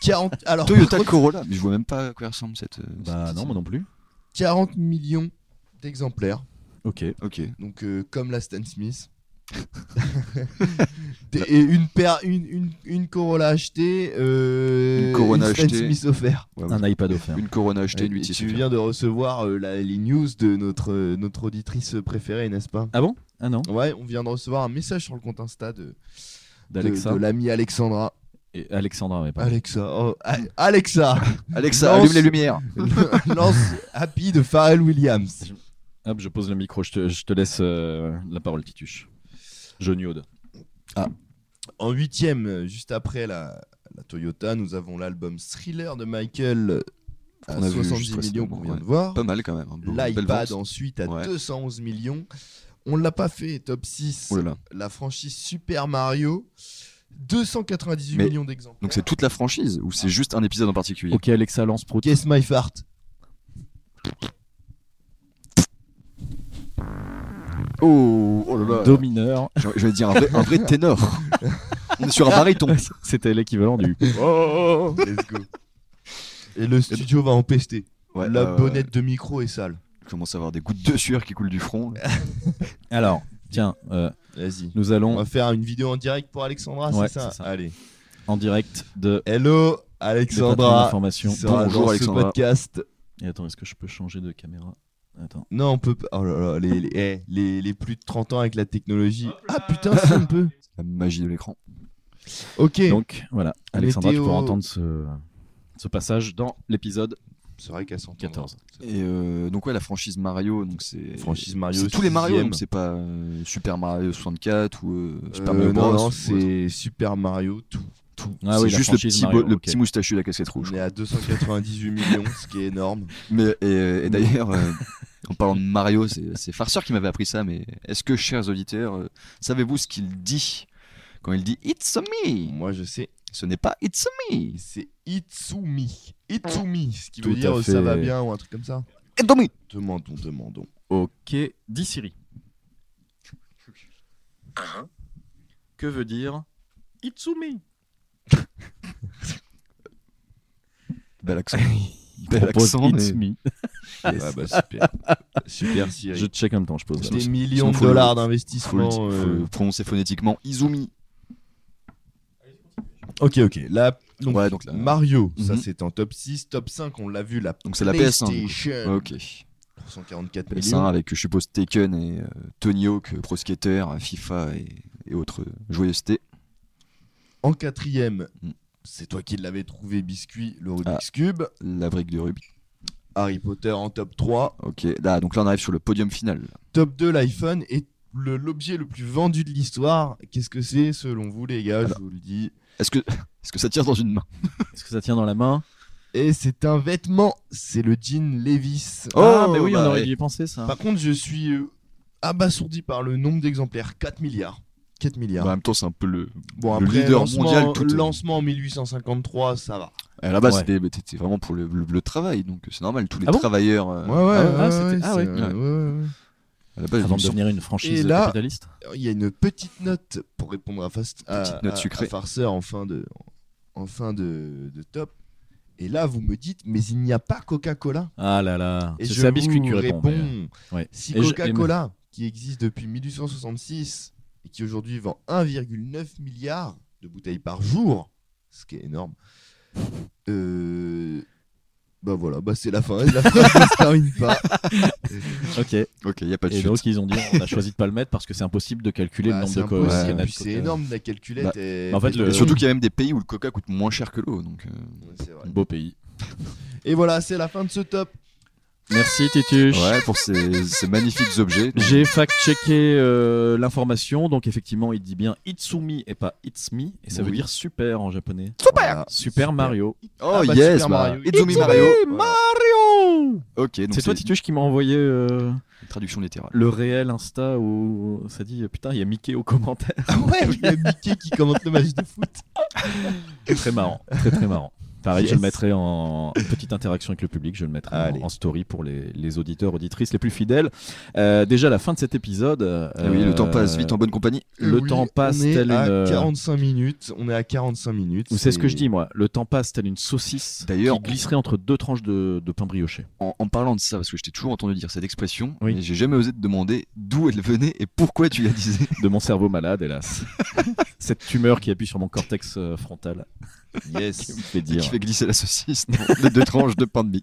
G: 40, alors, par (laughs)
F: Toyota
G: contre,
F: Corolla, mais je vois même pas à quoi ressemble cette. euh,
E: Bah
F: cette-
E: non, moi non plus.
G: 40 millions d'exemplaires.
E: Ok.
F: Ok.
G: Donc euh, comme la
F: (laughs)
G: Stan Smith. Des- et une paire, une, une, une Corolla achetée, euh,
F: Une Corona
G: Stan
F: achetée.
G: Smith offert.
F: Ouais, ouais.
E: Un iPad offert.
F: Une Corona achetée, une
G: Et
F: 8
G: tu viens de recevoir euh, la- les news de notre, euh, notre auditrice préférée, n'est-ce pas
E: Ah bon Ah non
G: Ouais, on vient de recevoir un message sur le compte Insta de, de,
E: D'Alexa.
G: de l'ami Alexandra.
E: Et Alexandra, mais pas.
G: Alexa, oh, A- Alexa (laughs)
F: Alexa,
G: Lance-
F: allume les lumières.
G: lance Happy de Pharrell Williams.
E: Hop, je pose le micro, je te, je te laisse euh, la parole, Tituche. Johnny Aude.
G: En huitième, euh, juste après la, la Toyota, nous avons l'album Thriller de Michael à
F: Qu'on a vu
G: 70
F: juste
G: millions qu'on
F: récemment,
G: vient
F: ouais.
G: de voir.
F: Pas mal quand même. hein. Bon, belle
G: L'iPad
F: vente.
G: ensuite à
F: Ouais.
G: 211 millions. On l'a pas fait, top 6.
F: Oh là là.
G: la franchise Super Mario, 298
F: Mais-
G: millions d'exemplaires.
F: Donc c'est toute la franchise ou c'est juste un épisode en particulier
E: Ok, Alexa, lance Prout.
G: Guess My Fart.
F: Oh, oh là là.
E: Do mineur.
F: Je je vais dire un vrai, un (laughs) vrai ténor. On est sur un (laughs) baryton.
E: C'était l'équivalent du.
F: Oh.
G: Let's go. Et le studio va empester.
F: Ouais,
G: la
F: euh,
G: bonnette de micro est sale.
F: Je commence à avoir des gouttes de sueur qui coulent du front.
E: (laughs) Alors, tiens, euh,
G: Vas-y.
E: nous
G: On
E: allons
G: va faire une vidéo en direct pour Alexandra,
E: Ouais,
G: c'est ça,
E: c'est ça.
G: Allez.
E: en direct de.
G: Hello Alexandra.
E: Information.
G: qui sera
F: Bonjour,
G: dans ce
F: Alexandra.
G: podcast.
E: Et attends, est-ce que je peux changer de caméra Attends.
G: Non, on peut pas. Oh là là, les, les, eh, les- les plus de 30 ans avec la technologie. Ah putain, si on peut.
F: La magie de l'écran.
G: Ok.
E: Donc, voilà. Alexandra, tu
G: Météo.
E: pourras entendre ce, ce passage dans l'épisode
G: C'est vrai qu'à 114.
E: 14.
F: Et euh, donc ouais, la franchise Mario, donc c'est
G: Franchise Mario,
F: c'est tous les Mario,
G: sixième.
F: donc c'est pas euh, Super Mario 64 ou euh, Super
G: Euh,
F: Mario Bros.
G: non, non,
F: ou-
G: c'est Super Mario tout. tout.
E: Ah
F: c'est
E: oui, la
F: juste le
E: franchise
F: petit,
E: Mario,
F: bo- le
E: ok.
F: petit moustachu de la casquette rouge.
G: On est à 298 millions, ce qui est énorme.
F: Mais, et, et d'ailleurs, euh, en parlant de Mario, c'est c'est Farceur qui m'avait appris ça, mais est-ce que, chers auditeurs, euh, savez-vous ce qu'il dit quand il dit It's a me
G: Moi, je sais,
F: Ce n'est pas It's a me
G: c'est Itsumi. Itsumi, ce qui
E: Tout
G: veut
E: à
G: dire euh,
E: fait.
G: ça va bien ou un truc comme ça.
F: It's a me
G: Demandons, demandons.
E: Ok, dis Siri.
H: Hein
E: Que veut dire Itsumi
F: Bel
G: (laughs)
F: accent.
E: Il
F: Bel
E: propose
F: accent, mais-
E: Itsumi.
G: Ah bah super. super Siri.
E: Je check en même temps, je pose.
G: Des
F: sinon,
G: millions de
F: faut le-
G: dollars
F: Faut le,
G: d'investissement.
F: di- faut
G: euh,
F: le prononcer phonétiquement Izumi.
G: Ok, ok. Là, donc,
F: Ouais, donc là-
G: Mario, ça
F: Mhm.
G: c'est en top 6. Top 5, on l'a vu, la
F: Donc c'est la PS1. donc.
G: PlayStation.
F: Ok.
G: 144
F: PS1
G: millions.
F: avec, je suppose, Taken et euh, Tony Hawk, euh, Pro Skater, euh, FIFA et, et autres euh, joyeusetés.
G: En quatrième,
F: Mm. Ah.
G: c'est toi qui l'avais trouvé, Biscuit, le Rubik's Cube.
F: La brique de rugby.
G: Harry Potter en top 3.
F: Ok. Là, donc là, on arrive sur le podium final.
G: top 2 l'iPhone est le- l'objet le, plus vendu de l'histoire. Qu'est-ce que c'est selon vous les gars Je vous le dis.
F: Est-ce que, (laughs) est-ce que ça tire dans une main
E: Est-ce que ça tient dans la main
G: Et c'est un vêtement, c'est le jean Levis.
E: Ah, mais oui,
F: bah,
E: on aurait
F: eh.
E: dû y penser ça.
G: Par contre, je suis euh, abasourdi par le nombre d'exemplaires, 4 milliards. 4 milliards.
F: En même temps, c'est un peu le.
G: bon,
F: le
G: après,
F: leader
G: lancement,
F: Bah, mondial, tout-
G: lancement en 1853, ça va.
F: À la base,
E: Ouais.
F: c'était mais c'était vraiment pour le, le- le travail, donc euh, c'est normal. Tous les
E: Ah bon
F: travailleurs. euh,
E: Ah, ouais, c'était- ah ouais.
G: c'est- ouais, ouais.
F: à la base,
E: Avant
F: ils
E: de
F: sont-
E: devenir une franchise
G: Et là-
E: capitaliste
G: Euh, Il y a une petite note pour répondre à, Fast, à,
F: Petite note
G: à-
F: sucrée.
G: à Farceur en fin, de, en fin de, de top. Et là, vous me dites, mais il n'y a pas Coca-Cola.
E: Ah là là,
G: Et
E: c'est
G: je
E: ça biscuit
G: vous
E: qui répond. mais, euh,
G: réponds,
E: ouais.
G: si
E: Et je- et
G: Coca-Cola, qui existe depuis 1866 et qui aujourd'hui vend 1,9 milliard de bouteilles par jour, ce qui est énorme, euh, Bah voilà, bah c'est la fin. La phrase ne se termine
E: (laughs)
G: pas.
E: Ok.
F: Ok, il n'y a pas de
E: Et
F: chute.
E: donc ils ont dit on a choisi de pas le mettre parce que c'est impossible de calculer le
G: Bah,
E: nombre
G: c'est
E: de
G: impossible.
E: cocaïnes.
G: Puis C'est énorme la calculette.
F: Bah,
G: est-
E: bah, en fait,
G: est-
E: le-
F: Et surtout qu'il y a même des pays où le coca coûte moins cher que l'eau. Donc, euh,
G: Ouais, c'est vrai.
E: Beau pays.
G: Et voilà, c'est la fin de ce top.
E: Merci Titus.
F: Ouais, pour ces, ces magnifiques objets.
E: (laughs)
F: Donc,
E: J'ai fact-checké euh, l'information, donc effectivement il dit bien Itsumi et pas It's Me, et ça veut
F: Oui.
E: dire super en japonais.
G: Voilà.
E: Super Mario.
F: Oh
G: Ah, bah,
F: yes,
G: Super
F: bah,
G: Mario.
F: Izumi
G: Izumi
F: Mario.
G: Voilà.
F: Ok, donc
E: C'est toi Titus qui m'a envoyé euh,
F: une traduction littérale.
E: le réel Insta où ça dit euh, putain il y a Mickey au commentaire.
G: Ah ouais, il y a Mickey qui commente le match de foot.
E: très marrant, très très marrant. (laughs) Pareil, je
G: Yes.
E: le mettrai en une petite interaction avec le public, je le mettrai en-
G: Allez.
E: en, story pour les, les auditeurs, auditrices les plus fidèles. Euh, déjà la fin de cet épisode.
F: Ah oui, le temps
E: euh,
F: passe vite en bonne compagnie.
E: Le
G: Oui,
E: temps passe
G: on est
E: tel
G: à
E: une- euh,
G: 45 minutes. On est à 45 minutes.
E: Vous savez ce que je dis, moi Le temps passe tel une saucisse
F: D'ailleurs,
E: qui glisserait entre deux tranches de, de pain brioché.
F: En, en parlant de ça, parce que je t'ai toujours entendu dire cette expression,
E: Oui.
F: mais j'ai jamais osé te demander d'où elle venait et pourquoi tu la (laughs) disais.
E: De mon cerveau malade, hélas. Cette tumeur qui appuie sur mon cortex euh, frontal. (laughs)
G: Yes.
E: me fait
F: Et qui fait glisser la saucisse de deux tranches de pain de mie.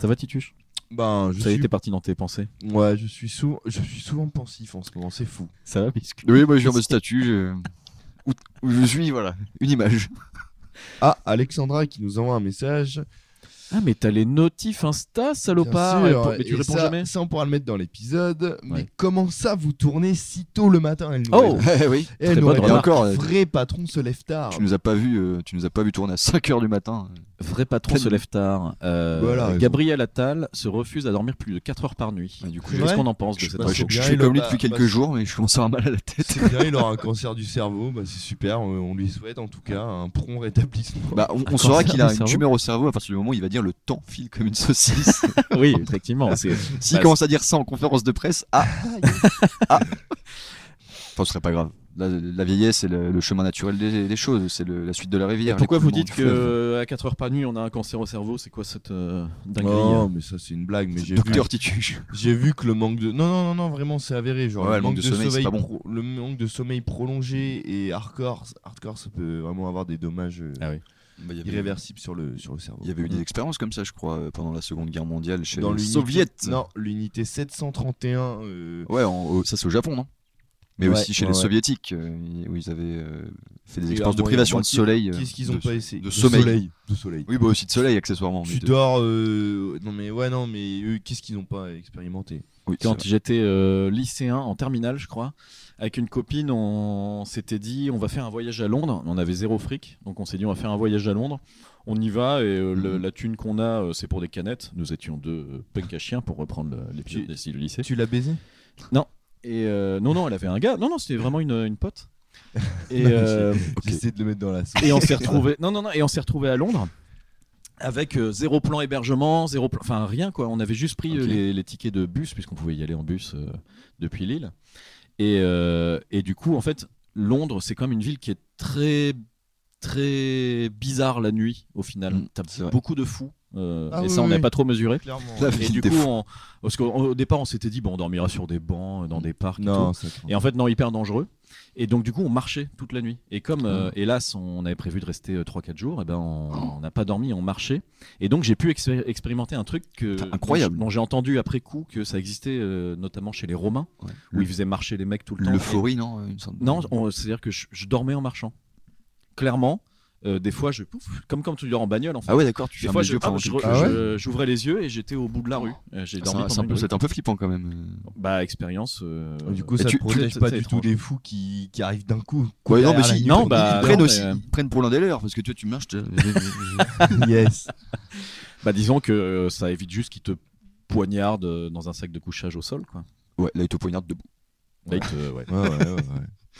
E: Ça va, Titus
G: Ben, je
E: Ça y est,
G: suis...
E: t'es parti dans tes pensées
G: Ouais, je suis souvent, je suis souvent pensif en ce moment. C'est fou.
E: Ça va, puisque.
F: Oui, moi je viens de statut, je- où, où je suis, voilà, une image.
G: Ah, Alexandra qui nous envoie un message.
E: Ah, mais t'as les notifs Insta, salopard
G: Bien
E: et
G: sûr,
E: pour- Mais tu
G: et
E: réponds
G: ça,
E: jamais
G: Ça, on pourra le mettre dans l'épisode. Mais
E: Ouais.
G: comment ça, vous tournez si tôt le matin elle nous
E: Oh
G: répond.
F: Eh oui.
G: Elle
E: très
G: nous
E: bonne
G: répond,
E: remarque.
F: Et encore, euh,
G: vrai patron se lève tard.
F: Tu nous as pas vu, euh, tu nous as pas vu tourner à 5h du matin. euh,
E: Vrai patron
F: Quel-
E: se lève tard. Euh,
G: Voilà, raison.
E: Gabriel Attal se refuse à dormir plus de 4 heures par nuit.
F: Et Ah, du coup,
G: C'est
F: je-
E: Qu'est-ce
G: vrai
E: qu'on en pense de
F: je,
E: cette
G: bah,
F: je-
G: c'est
E: info
F: je
G: bien,
F: suis
G: il
F: comme lui
G: aura-
F: depuis quelques
G: bah,
F: jours, mais je commence à avoir mal à la tête.
G: (laughs) C'est bien, il aura un cancer du cerveau, bah, c'est super, on, on lui souhaite en tout cas un prompt rétablissement.
F: Bah, on, on
E: Un
F: saura
E: cancer
F: qu'il a
E: du
F: une
E: cerveau
F: tumeur au cerveau à partir du moment où il va dire le temps file comme une saucisse.
E: Oui, effectivement. c'est-
F: S'il
E: Bah,
F: commence à dire ça en conférence de presse, ah,
G: (laughs)
F: ah. Enfin, ce serait pas grave. La, la vieillesse, c'est le, le chemin naturel des, des choses, c'est le- la suite de la rivière.
E: Pourquoi vous
F: l'écoulement
E: dites
F: du fleuve.
E: que euh, à 4 heures par nuit, on a un cancer au cerveau C'est quoi cette euh, dinguerie
G: Non, Oh, mais ça c'est une blague, mais j'ai vu,
F: Docteur Titus,
G: j'ai vu que le manque de. Non, non, non, non vraiment, c'est avéré. Genre,
F: Ouais, le manque de sommeil, c'est pas bon.
G: pro- le manque de sommeil prolongé et hardcore, hardcore, ça peut vraiment avoir des dommages euh,
E: Ah oui.
F: Bah, il, y avait,
G: irréversibles sur le, sur le cerveau.
F: il y avait eu des expériences comme ça, je crois, euh, pendant la Seconde Guerre mondiale chez
G: Mm. Dans
F: les
G: l'unité-
F: Soviets.
G: Non, l'unité 731. euh,
F: Ouais, en- au- ça c'est au Japon, non Mais
G: Ouais,
F: aussi chez
G: ouais,
F: les
G: ouais.
F: Soviétiques, euh, où ils avaient euh, fait des
G: Et
F: expériences
G: à
F: de
G: moyen-
F: privation
G: moi,
F: de soleil. euh,
G: Qu'est-ce qu'ils ont
F: de-
G: pas essayé
F: de sommeil.
G: De soleil.
F: Oui, bah aussi de soleil, accessoirement. mais
G: Tu
F: de-
G: dors. euh, Non, mais ouais, non, mais eux, qu'est-ce qu'ils n'ont pas expérimenté
F: Oui, c'est
E: Quand j'étais euh, lycéen en terminale, je crois, avec une copine, on s'était dit on va faire un voyage à Londres. On avait zéro fric, donc on s'est dit on va faire un voyage à Londres. On y va et euh, le- la thune qu'on a, euh, c'est pour des canettes. Nous étions deux euh, punks à chiens pour reprendre le- l'épisode
G: Tu-
E: des styles du lycée.
G: Tu l'as baisé
E: Et euh, non, non, elle avait un gars. Non, non, c'était vraiment une, une pote. Et,
G: Non, mais
E: euh,
G: (laughs)
F: (laughs)
G: J'essaie de le mettre dans la sauce.
E: et on s'est retrouvé. Non, non, non. Et on s'est retrouvé à Londres avec euh, zéro plan hébergement, zéro plan, enfin rien quoi. On avait juste pris euh,
F: Ok.
E: les, les tickets de bus puisqu'on pouvait y aller en bus euh, depuis Lille. Et, euh, et du coup, en fait, Londres, c'est quand même une ville qui est très très bizarre la nuit au final.
F: Mm, c'est
E: T'as
F: vrai.
E: beaucoup de fous. euh,
G: Ah
E: et
G: oui,
E: ça, on
G: oui,
E: n'a
G: oui.
E: pas trop mesuré.
G: Clairement.
F: (laughs) La
E: Et
F: ville
E: du
F: des
E: coup,
F: fous.
E: on- parce qu'au au départ, on s'était dit, bon, on dormira sur des bancs, dans des parcs. et tout.
G: Non, ça craint.
E: Et en fait, non, hyper dangereux. Et donc, du coup, on marchait toute la nuit. Et comme,
F: Ah.
E: euh, hélas, on avait prévu de rester 3-4 jours, et ben, on
F: Oh.
E: on n'a pas dormi, on marchait. Et donc, j'ai pu expé- expérimenter un truc que,
F: Putain, incroyable.
E: dont, j'ai entendu après coup que ça existait euh, notamment chez les Romains,
F: Ouais.
E: où ils faisaient marcher les mecs tout le temps.
F: L'euphorie, non une sorte
E: Et-
F: de-
E: Non, on- c'est-à-dire que je, je dormais en marchant. Clairement, euh, des fois, je pouf, comme quand tu dors en bagnole, en fait.
F: Ah ouais, d'accord, tu
E: Des
F: fermes
E: fois,
F: les
E: je-
F: yeux
E: ah,
F: pendant
E: je-
F: quelques-
G: Ah ouais
E: je- j'ouvrais les yeux et j'étais au bout de la rue. Euh, J'ai dormi
F: Ah, c'est
E: pendant
F: un
E: une
F: peu- Ah,
E: nuit.
F: c'est un peu flippant quand même.
E: Bah, expérience. euh,
G: Du coup,
F: Et
G: ça
F: tu- (laughs)
G: te protège
E: tu-
G: pas
E: c'est
G: du tout
E: étrange.
G: des fous qui, qui arrivent d'un coup.
F: Ouais, non, mais
G: Derrière
F: si-
G: la
E: non,
G: nuque,
E: bah,
F: ils prennent
E: non,
F: aussi,
E: mais, euh,
F: ils prennent pour l'un des leurs parce que tu vois, tu marches. tu-
G: Yes.
E: Bah disons que euh, ça évite juste qu'il te poignarde euh, dans un sac de couchage au sol quoi.
F: ouais, là, ils te poignardent debout.
E: Là, il te-
G: (laughs)
E: ouais.
G: Ouais, ouais, ouais. ouais.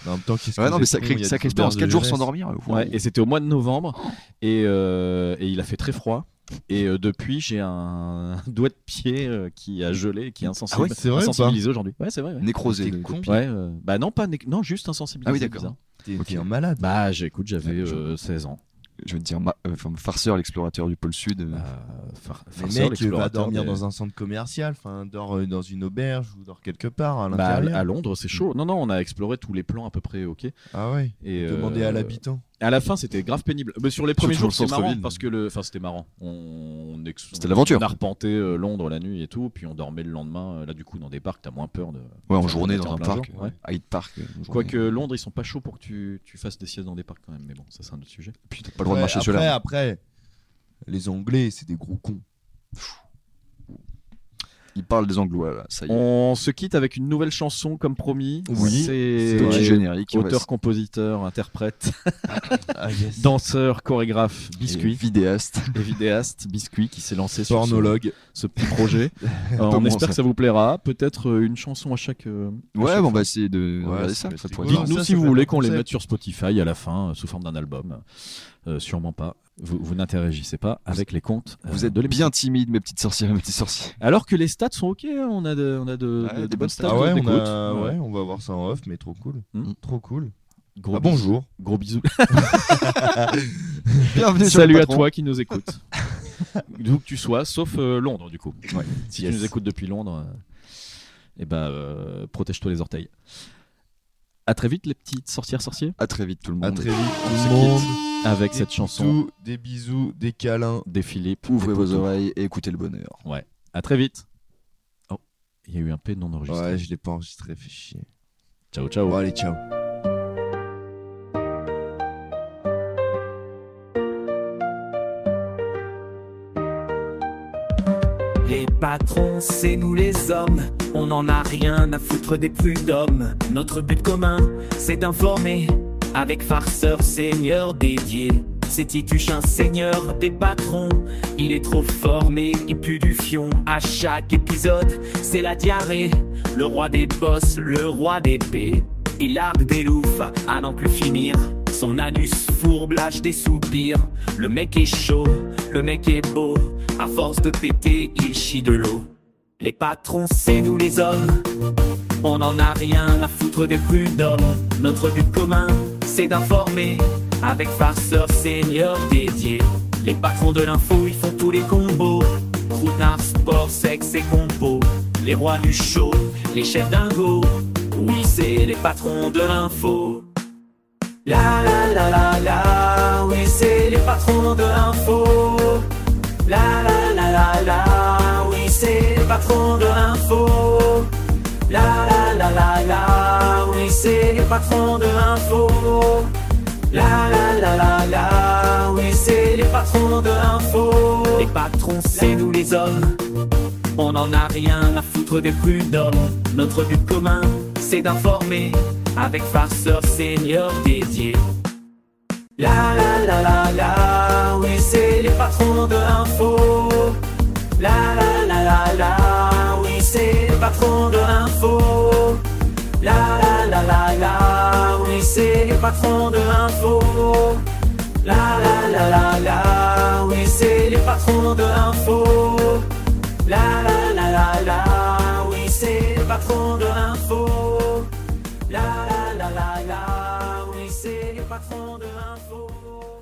G: Mais En même temps, qu'est-ce
F: Ouais,
G: que
F: non,
G: vous
F: mais
G: êtes
F: ça
G: cons, il
F: crée
G: y a
F: ça
G: des
F: crée expérience.
G: auberges de
F: 4 jours
G: jeunesse.
F: sans dormir. waouh.
E: Ouais, et c'était au mois de novembre et, euh, et il a fait très froid et euh, depuis j'ai un doigt de pied euh, qui a gelé et qui est
F: Ah
E: insensible,
F: ouais,
G: c'est vrai ou pas
E: insensibilisé aujourd'hui. Ouais c'est vrai. Ouais.
F: Nécrosé.
G: T'es
F: le-
G: con.
E: Ouais, euh, bah non pas né- non juste insensibilisé.
F: Ah oui, d'accord.
E: bizarre.
G: T'es
F: Ok.
G: t'es un malade.
E: Bah j'écoute j'avais
F: Ouais, je-
E: euh, 16 ans.
F: Je veux dire, ma- euh, enfin, farceur, l'explorateur du pôle sud. euh,
E: Euh, far-
G: Le
E: farceur,
G: mec euh, va
E: l'explorateur
G: dormir
E: des-
G: dans un centre commercial, enfin, dort euh, dans une auberge ou dort quelque part à
E: Bah, à
G: l'intérieur.
E: à Londres c'est chaud. Non non on a exploré tous les plans à peu près ok. Et
G: Ah ouais.
E: euh,
G: Demandez à l'habitant.
E: À la fin, c'était grave pénible. Mais sur les premiers
F: Surtout
E: jours,
F: dans
E: c'est
F: le
E: marrant
F: centre-ville.
E: parce que le, enfin, c'était marrant. On, on ex-
F: C'était l'aventure.
E: On arpentait euh, Londres la nuit et tout, puis on dormait le lendemain. euh, Là, du coup, dans des parcs, t'as moins peur de.
F: Ouais, en
E: Enfin,
F: journée
E: t'es
F: dans
E: en
F: un
E: plein
F: parc.
E: jour, ouais.
F: Hyde Park. euh, en journée.
E: Quoique Londres, ils sont pas chauds pour que tu, tu fasses des siestes dans des parcs quand même. Mais bon, ça c'est un autre sujet.
F: Puis t'as pas le droit de
G: Ouais,
F: marcher sur
G: après,
F: l'air.
G: après, les Anglais, c'est des gros cons.
F: Il parle des Anglois là, ça y est.
E: On se quitte avec une nouvelle chanson comme promis.
G: Oui,
E: c'est
G: c'est
F: Petit
G: Ouais.
F: générique. on va
E: auteur,
F: se-
E: compositeur, interprète,
G: Ah, yes.
E: danseur, chorégraphe,
F: (laughs) et
E: biscuit
F: Vidéaste.
E: et vidéaste Biscuit qui s'est lancé sur ce-
G: Pornologue.
E: ce petit projet. Euh, on
F: Comment
E: espère
F: ça
E: que ça vous plaira. Peut-être euh, une chanson à chaque. euh, à
F: Ouais,
E: chaque
F: bon, on
E: fois.
F: va essayer de
G: Ouais,
F: regarder
G: ça
F: ça.
G: va être
F: ça pourrait
G: rigolo.
F: être-
E: Dites-nous
G: ça,
E: si
G: ça
E: vous
G: peut
E: voulez
G: être un
E: qu'on les
G: concept.
E: mette sur Spotify à la fin euh, sous forme d'un album. Euh, sûrement pas. Vous, vous n'interagissez pas avec les comptes. euh,
F: Vous êtes
E: de l'émission.
F: bien timide, mes petites sorcières et mes petits sorciers.
E: Alors que les stats sont ok. hein, On a de- on a de,
F: Ouais,
E: de- de
F: des bonnes
E: bonnes
F: stats.
E: stats.
G: Ah ouais on,
E: d'écoute.
G: a-
E: Ouais.
G: ouais, on va voir ça en off, mais trop cool.
E: Hmm.
G: Trop cool.
E: Gros
G: Ah,
E: bisous.
G: bonjour.
E: Gros
F: (laughs)
E: bisous.
F: Bienvenue sur
E: Salut
F: le
E: à
F: patron.
E: toi qui nous
F: (laughs)
E: écoute. D'où que tu sois, sauf euh, Londres du coup.
F: Ouais.
E: Si
F: Yes.
E: tu nous écoutes depuis Londres, et bah, euh, protège-toi les orteils. À très vite les petites sorcières sorciers
F: À très vite tout le
G: À
F: monde.
G: très vite. Tout
E: se
G: le monde.
E: avec
G: Des
E: cette
G: petits
E: chanson
G: tous, des bisous, des câlins.
E: des Philippe.
F: Ouvrez
E: des
F: vos
E: Poutous.
F: oreilles et écoutez le bonheur.
E: À très vite. Oh, il y a eu un P non enregistré.
G: Ouais, je l'ai pas enregistré, fais chier.
E: Ciao ciao.
G: Bon, allez, ciao.
I: Les patrons, c'est nous les hommes. On n'en a rien à foutre des prud'hommes. Notre but commun, c'est d'informer. Avec farceur, seigneur dédié. C'est Tituche un seigneur des patrons. Il est trop formé, il pue du fion. À chaque épisode, c'est la diarrhée. Le roi des boss, le roi des paix. Il arme des loups à n'en plus finir. Son anus fourbe lâche des soupirs. Le mec est chaud, le mec est beau. À force de péter, il chie de l'eau. Les patrons, c'est nous les hommes. On n'en a rien à foutre des prud'hommes. Notre but commun, c'est d'informer. Avec farceur, seigneur dédié. Les patrons de l'info, ils font tous les combos. Routard, sport, sexe et compo. Les rois du show, les chefs d'ingo. Oui, c'est les patrons de l'info. La la la la la, oui, c'est les patrons de l'info. La la la la la, oui c'est les patrons de l'info. La la la la la, oui c'est les patrons de l'info. La la la la la, oui c'est les patrons de l'info. Les patrons c'est nous les hommes. On n'en a rien à foutre des prud'hommes. Notre but commun c'est d'informer. Avec farceur seigneur dédié. La la la la la, oui c'est les patrons de l'info. La la la la la, oui c'est les patrons de l'info. La la la la la, oui c'est les patrons de l'info. La la la la la, oui c'est les patrons de l'info. La la la la la, oui c'est les patrons de l'info. La la la la la, oui c'est les patrons de l'info.